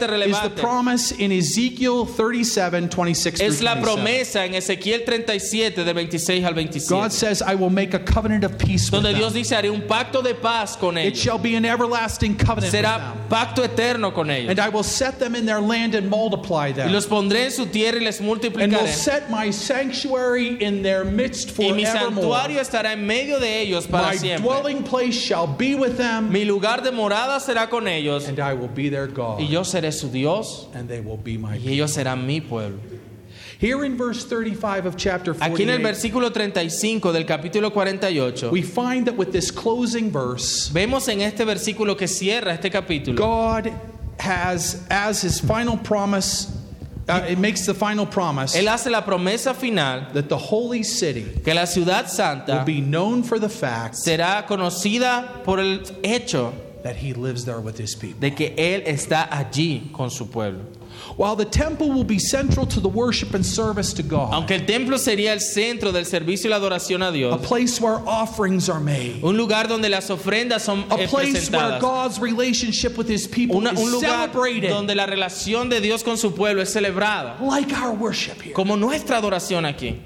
Speaker 1: is the
Speaker 2: relevante.
Speaker 1: promise in Ezekiel 37 26
Speaker 2: Es
Speaker 1: through
Speaker 2: la
Speaker 1: 27.
Speaker 2: promesa en Ezequiel 37 de 26 al 27,
Speaker 1: God says, I will make a covenant of peace with
Speaker 2: donde Dios
Speaker 1: them.
Speaker 2: dice haré un pacto de paz con
Speaker 1: It
Speaker 2: ellos.
Speaker 1: shall be an everlasting covenant with them.
Speaker 2: Será pacto eterno con ellos.
Speaker 1: And I will set them in their land and multiply
Speaker 2: Y
Speaker 1: them.
Speaker 2: los pondré en su tierra y les
Speaker 1: And will
Speaker 2: multiplicaré.
Speaker 1: set my sanctuary in their midst
Speaker 2: Y mi
Speaker 1: forevermore.
Speaker 2: santuario estará en medio de ellos para
Speaker 1: My
Speaker 2: siempre.
Speaker 1: dwelling place shall be with them,
Speaker 2: Mi lugar de morada será con ellos.
Speaker 1: and I will be their
Speaker 2: Y
Speaker 1: God,
Speaker 2: yo seré su Dios
Speaker 1: and they will be my
Speaker 2: y ellos serán mi pueblo.
Speaker 1: Here in verse 35 of chapter
Speaker 2: Aquí en el
Speaker 1: 48,
Speaker 2: versículo 35 del capítulo 48,
Speaker 1: we find that with this closing verse,
Speaker 2: vemos en este versículo que cierra este capítulo,
Speaker 1: God has as his final promise, uh, it makes the final promise
Speaker 2: Él hace la promesa final
Speaker 1: that the holy city
Speaker 2: que la ciudad
Speaker 1: will
Speaker 2: santa
Speaker 1: be known for the fact
Speaker 2: será conocida por el hecho
Speaker 1: that he lives there with his people.
Speaker 2: de que Él está allí con su pueblo.
Speaker 1: While the temple will be central to the worship and service to God,
Speaker 2: Aunque el templo sería el centro del servicio y la adoración a
Speaker 1: a
Speaker 2: Dios,
Speaker 1: place where offerings are made,
Speaker 2: un lugar donde las ofrendas son
Speaker 1: a
Speaker 2: eh,
Speaker 1: place where
Speaker 2: presentadas,
Speaker 1: God's relationship with his people
Speaker 2: Una- un
Speaker 1: is
Speaker 2: lugar
Speaker 1: celebrated
Speaker 2: donde la relación de Dios con su pueblo es celebrada,
Speaker 1: like our worship here.
Speaker 2: como nuestra adoración aquí.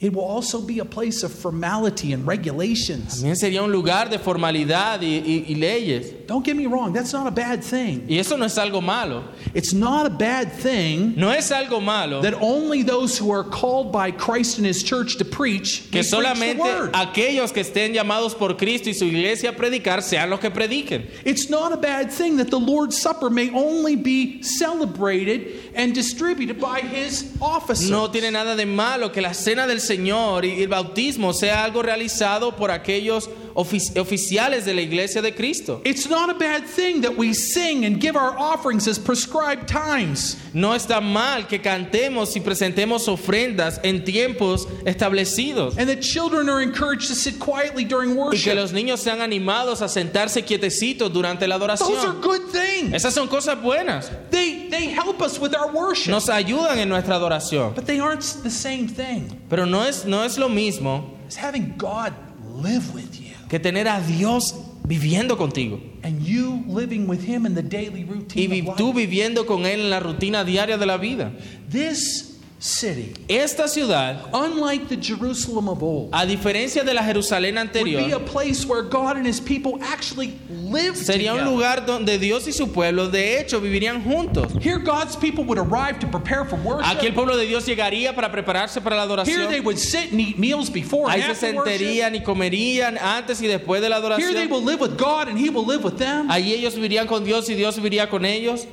Speaker 1: It will also be a place of formality and regulations.
Speaker 2: También sería un lugar de formalidad y, y- y leyes.
Speaker 1: Don't get me wrong, that's not a bad thing.
Speaker 2: Y eso no es algo malo.
Speaker 1: It's not a bad thing
Speaker 2: No es algo malo
Speaker 1: that only those who are called by Christ and his church to preach may
Speaker 2: que
Speaker 1: preach the
Speaker 2: solamente
Speaker 1: word.
Speaker 2: aquellos que estén llamados por Cristo y su iglesia a predicar sean los que prediquen.
Speaker 1: It's not a bad thing that the Lord's Supper may only be celebrated and distributed by his officers.
Speaker 2: No tiene nada de malo que la cena del Señor y el bautismo sea algo realizado por aquellos ofici- oficiales de la iglesia de Cristo.
Speaker 1: It's not a bad thing that we sing and give our offerings as prescribed times.
Speaker 2: No está mal que cantemos y presentemos ofrendas en tiempos establecidos
Speaker 1: And that children are encouraged to sit quietly during
Speaker 2: y que
Speaker 1: worship.
Speaker 2: los niños sean animados a sentarse quietecitos durante la
Speaker 1: Those are
Speaker 2: adoración.
Speaker 1: good things.
Speaker 2: Esas son cosas buenas.
Speaker 1: They, they help us with our worship.
Speaker 2: Nos ayudan en nuestra adoración.
Speaker 1: But they aren't the same thing
Speaker 2: Pero no es, no es lo mismo
Speaker 1: as having God live with you
Speaker 2: que tener a Dios viviendo contigo
Speaker 1: and you living with him in the daily
Speaker 2: y
Speaker 1: routine
Speaker 2: vi-
Speaker 1: of
Speaker 2: tú
Speaker 1: life.
Speaker 2: viviendo con Él en la rutina diaria de la vida.
Speaker 1: This city,
Speaker 2: Esta ciudad,
Speaker 1: unlike the Jerusalem of old,
Speaker 2: a diferencia de la Jerusalén
Speaker 1: would be a
Speaker 2: anterior,
Speaker 1: place where God and his people actually lived
Speaker 2: sería un
Speaker 1: together.
Speaker 2: lugar donde Dios y su pueblo de hecho vivirían juntos.
Speaker 1: Here God's people would arrive to prepare for
Speaker 2: Aquí el
Speaker 1: worship.
Speaker 2: pueblo de Dios llegaría para prepararse para la
Speaker 1: Here they
Speaker 2: adoración.
Speaker 1: would sit and eat meals before
Speaker 2: Ahí
Speaker 1: and
Speaker 2: se
Speaker 1: after worship.
Speaker 2: sentarían y comerían antes y después de la
Speaker 1: Here they
Speaker 2: adoración.
Speaker 1: will live with God and he will live with them.
Speaker 2: Allí ellos vivirían con Dios y Dios viviría con ellos.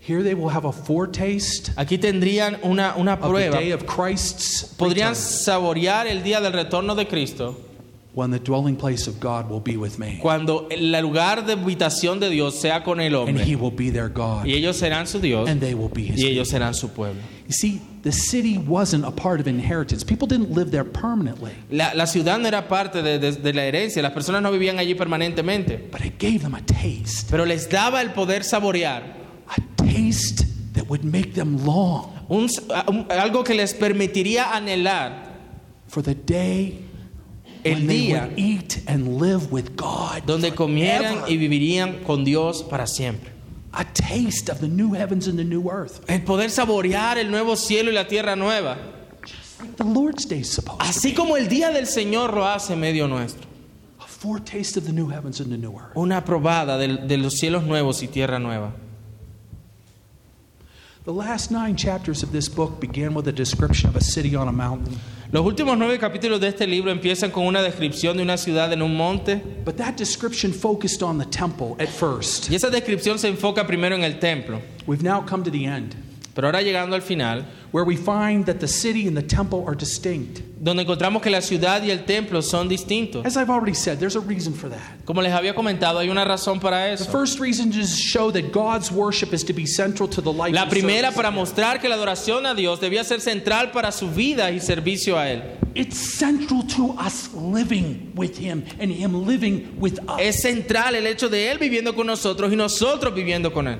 Speaker 1: Here they will have a foretaste
Speaker 2: Aquí tendrían una, una
Speaker 1: of the
Speaker 2: prueba.
Speaker 1: day of Christ's
Speaker 2: Podrían
Speaker 1: return,
Speaker 2: saborear el día del retorno de Cristo
Speaker 1: when the dwelling place of God will be with me
Speaker 2: cuando el lugar de habitación de Dios sea con el
Speaker 1: and
Speaker 2: hombre.
Speaker 1: he will be their God
Speaker 2: Y ellos serán su Dios
Speaker 1: and they will be his
Speaker 2: y
Speaker 1: people.
Speaker 2: ellos serán su pueblo.
Speaker 1: You see, the city wasn't a part of inheritance. People didn't live there permanently,
Speaker 2: La, la ciudad no era parte de, de- de la herencia, las personas no vivían allí permanentemente,
Speaker 1: but it gave them a taste,
Speaker 2: pero les daba el poder saborear
Speaker 1: a taste that would make them long
Speaker 2: un s- a- un- algo que les permitiría anhelar
Speaker 1: for the day
Speaker 2: El
Speaker 1: when they
Speaker 2: día.
Speaker 1: would eat and live with God.
Speaker 2: donde comieran
Speaker 1: forever.
Speaker 2: y vivirían con Dios para siempre.
Speaker 1: a taste of the new heavens and the new earth.
Speaker 2: El poder saborear el nuevo cielo y la tierra nueva,
Speaker 1: The Lord's Day is supposed to
Speaker 2: así como el día del Señor lo hace en medio nuestro.
Speaker 1: be a foretaste of the new heavens and the new earth.
Speaker 2: una probada del- de, los cielos nuevos y tierra nueva.
Speaker 1: The last nine chapters of this book begin with a description of a city on a mountain.
Speaker 2: Los últimos nueve capítulos de este libro empiezan con una descripción de una ciudad en un monte
Speaker 1: But that description focused on the temple at first.
Speaker 2: y esa descripción se enfoca primero en el templo,
Speaker 1: We've now come to the end.
Speaker 2: Pero ahora llegando al final,
Speaker 1: where we find that the city and the temple are distinct.
Speaker 2: donde encontramos que la ciudad y el templo son distintos.
Speaker 1: As I've already said, there's a reason for that.
Speaker 2: Como les había comentado, hay una razón para
Speaker 1: The
Speaker 2: eso.
Speaker 1: first reason is to show that God's worship is to be central to the life
Speaker 2: La
Speaker 1: and
Speaker 2: primera
Speaker 1: service.
Speaker 2: para mostrar que la adoración a Dios debía ser central para su vida y servicio a Él.
Speaker 1: It's central to us living with Him and Him living with us.
Speaker 2: Es central el hecho de Él viviendo con nosotros y nosotros viviendo con Él.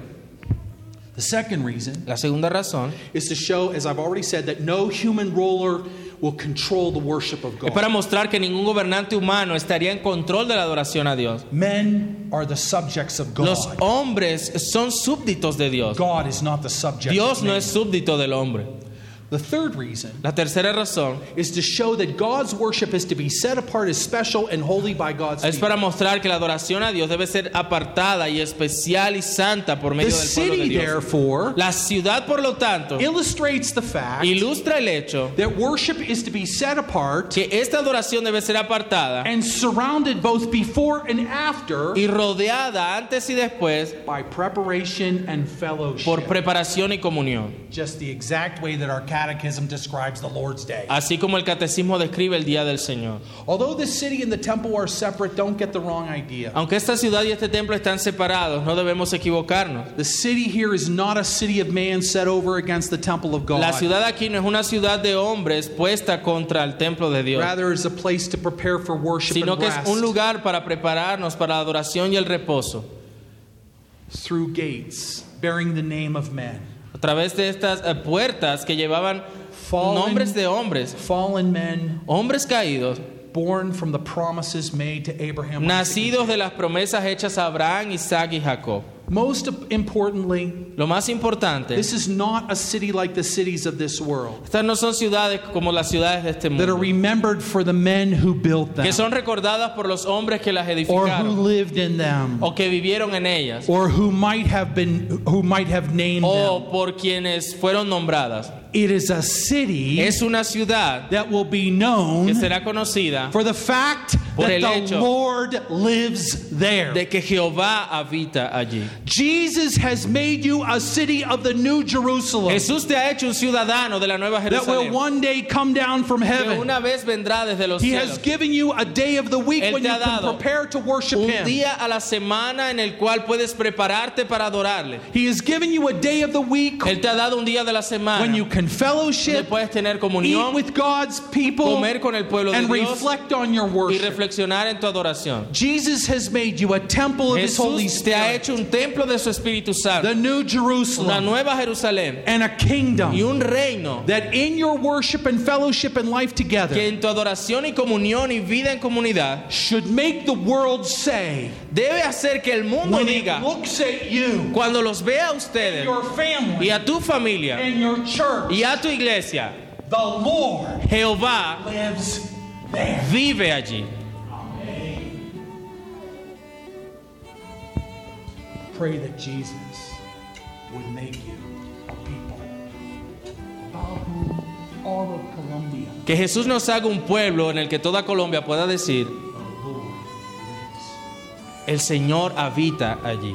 Speaker 1: the second reason
Speaker 2: La segunda razón
Speaker 1: is to show, as I've already said, that no human ruler will control the worship of
Speaker 2: es
Speaker 1: God.
Speaker 2: para mostrar que ningún gobernante humano estaría en control de la adoración a Dios.
Speaker 1: Men are the subjects of God.
Speaker 2: Los hombres son súbditos de Dios.
Speaker 1: God is not the subject.
Speaker 2: Dios
Speaker 1: of
Speaker 2: no
Speaker 1: man.
Speaker 2: es súbdito del hombre.
Speaker 1: The third reason
Speaker 2: La tercera razón
Speaker 1: is to show that God's worship is to be set apart as special and holy by God's
Speaker 2: es
Speaker 1: people.
Speaker 2: para mostrar que la adoración a Dios debe ser apartada y especial y santa por
Speaker 1: The
Speaker 2: medio del pueblo de
Speaker 1: city,
Speaker 2: Dios.
Speaker 1: therefore,
Speaker 2: La ciudad, por lo tanto,
Speaker 1: illustrates the fact
Speaker 2: ilustra el hecho
Speaker 1: that worship is to be set apart
Speaker 2: que esta adoración debe ser apartada
Speaker 1: and surrounded both before and after
Speaker 2: y rodeada antes y después
Speaker 1: by preparation and fellowship.
Speaker 2: por preparación y comunión,
Speaker 1: Just the exact way that our catechism describes the Lord's Day.
Speaker 2: así como el catecismo describe el día del Señor.
Speaker 1: Although the city and the temple are separate, don't get the wrong idea.
Speaker 2: Aunque esta ciudad y este templo están separados, no debemos equivocarnos.
Speaker 1: The city here is not a city of man set over against the temple of God.
Speaker 2: La ciudad aquí no es una ciudad de hombres puesta contra el templo de Dios,
Speaker 1: Rather, is a place to prepare for worship
Speaker 2: sino
Speaker 1: and
Speaker 2: que es
Speaker 1: rest
Speaker 2: un lugar para prepararnos para la adoración y el reposo.
Speaker 1: through gates bearing the name of men.
Speaker 2: A través de estas eh, puertas que llevaban
Speaker 1: Fallen-
Speaker 2: nombres de hombres,
Speaker 1: Fallen men
Speaker 2: hombres caídos,
Speaker 1: born from the promises made to Abraham.
Speaker 2: nacidos de las promesas hechas a Abraham, Isaac y Jacob.
Speaker 1: Most importantly,
Speaker 2: Lo más importante,
Speaker 1: this is not a city like the cities of this world
Speaker 2: estas no son ciudades como las ciudades de este
Speaker 1: that are
Speaker 2: mundo,
Speaker 1: remembered for the men who built them
Speaker 2: que son recordadas por los hombres que las
Speaker 1: or who
Speaker 2: edificaron
Speaker 1: lived in them
Speaker 2: o que vivieron en ellas
Speaker 1: or who might have been who might have named them.
Speaker 2: o por quienes fueron nombradas.
Speaker 1: It is a city
Speaker 2: Es una ciudad
Speaker 1: that will be
Speaker 2: que
Speaker 1: known
Speaker 2: será conocida
Speaker 1: for the fact
Speaker 2: Por
Speaker 1: that
Speaker 2: el
Speaker 1: the
Speaker 2: hecho
Speaker 1: Lord lives there.
Speaker 2: de que Jehová habita allí.
Speaker 1: Jesus has made you a city of the new Jerusalem
Speaker 2: Jesús te ha hecho un ciudadano de la Nueva
Speaker 1: that will
Speaker 2: Jerusalén.
Speaker 1: one day come down from
Speaker 2: que
Speaker 1: heaven.
Speaker 2: una vez vendrá desde los
Speaker 1: He
Speaker 2: cielos.
Speaker 1: has given you a day of the week
Speaker 2: Él
Speaker 1: when
Speaker 2: te
Speaker 1: you
Speaker 2: ha
Speaker 1: can
Speaker 2: dado
Speaker 1: prepare to worship
Speaker 2: Un
Speaker 1: Him.
Speaker 2: día a la semana en el cual puedes prepararte para adorarle.
Speaker 1: He has given you a day of the week
Speaker 2: Él te ha dado un día de la semana
Speaker 1: when you can
Speaker 2: donde
Speaker 1: fellowship,
Speaker 2: puedes tener
Speaker 1: eat
Speaker 2: comunión,
Speaker 1: with God's people,
Speaker 2: comer con el pueblo de
Speaker 1: and
Speaker 2: Dios
Speaker 1: reflect on your
Speaker 2: y
Speaker 1: worship.
Speaker 2: reflexionar en tu adoración.
Speaker 1: Jesus has made you a temple of His Holy
Speaker 2: Jesús te ha
Speaker 1: Spirit,
Speaker 2: hecho un templo de su Espíritu Santo,
Speaker 1: the new
Speaker 2: una
Speaker 1: Jerusalem,
Speaker 2: nueva Jerusalén
Speaker 1: and a
Speaker 2: y
Speaker 1: kingdom
Speaker 2: un reino
Speaker 1: that in your worship and fellowship and life
Speaker 2: que
Speaker 1: together
Speaker 2: en tu adoración y comunión y vida en comunidad
Speaker 1: should make the world say,
Speaker 2: debe hacer que el mundo
Speaker 1: when
Speaker 2: diga,
Speaker 1: it looks at you,
Speaker 2: cuando los vea a ustedes
Speaker 1: your
Speaker 2: y
Speaker 1: family,
Speaker 2: a tu familia
Speaker 1: and your church,
Speaker 2: y a tu iglesia,
Speaker 1: the Lord
Speaker 2: Jehová
Speaker 1: lives there.
Speaker 2: vive allí.
Speaker 1: Pray that Jesus would make you a people about whom all of Colombia
Speaker 2: Que Jesús nos haga un pueblo en el que toda Colombia pueda decir, el Señor habita allí.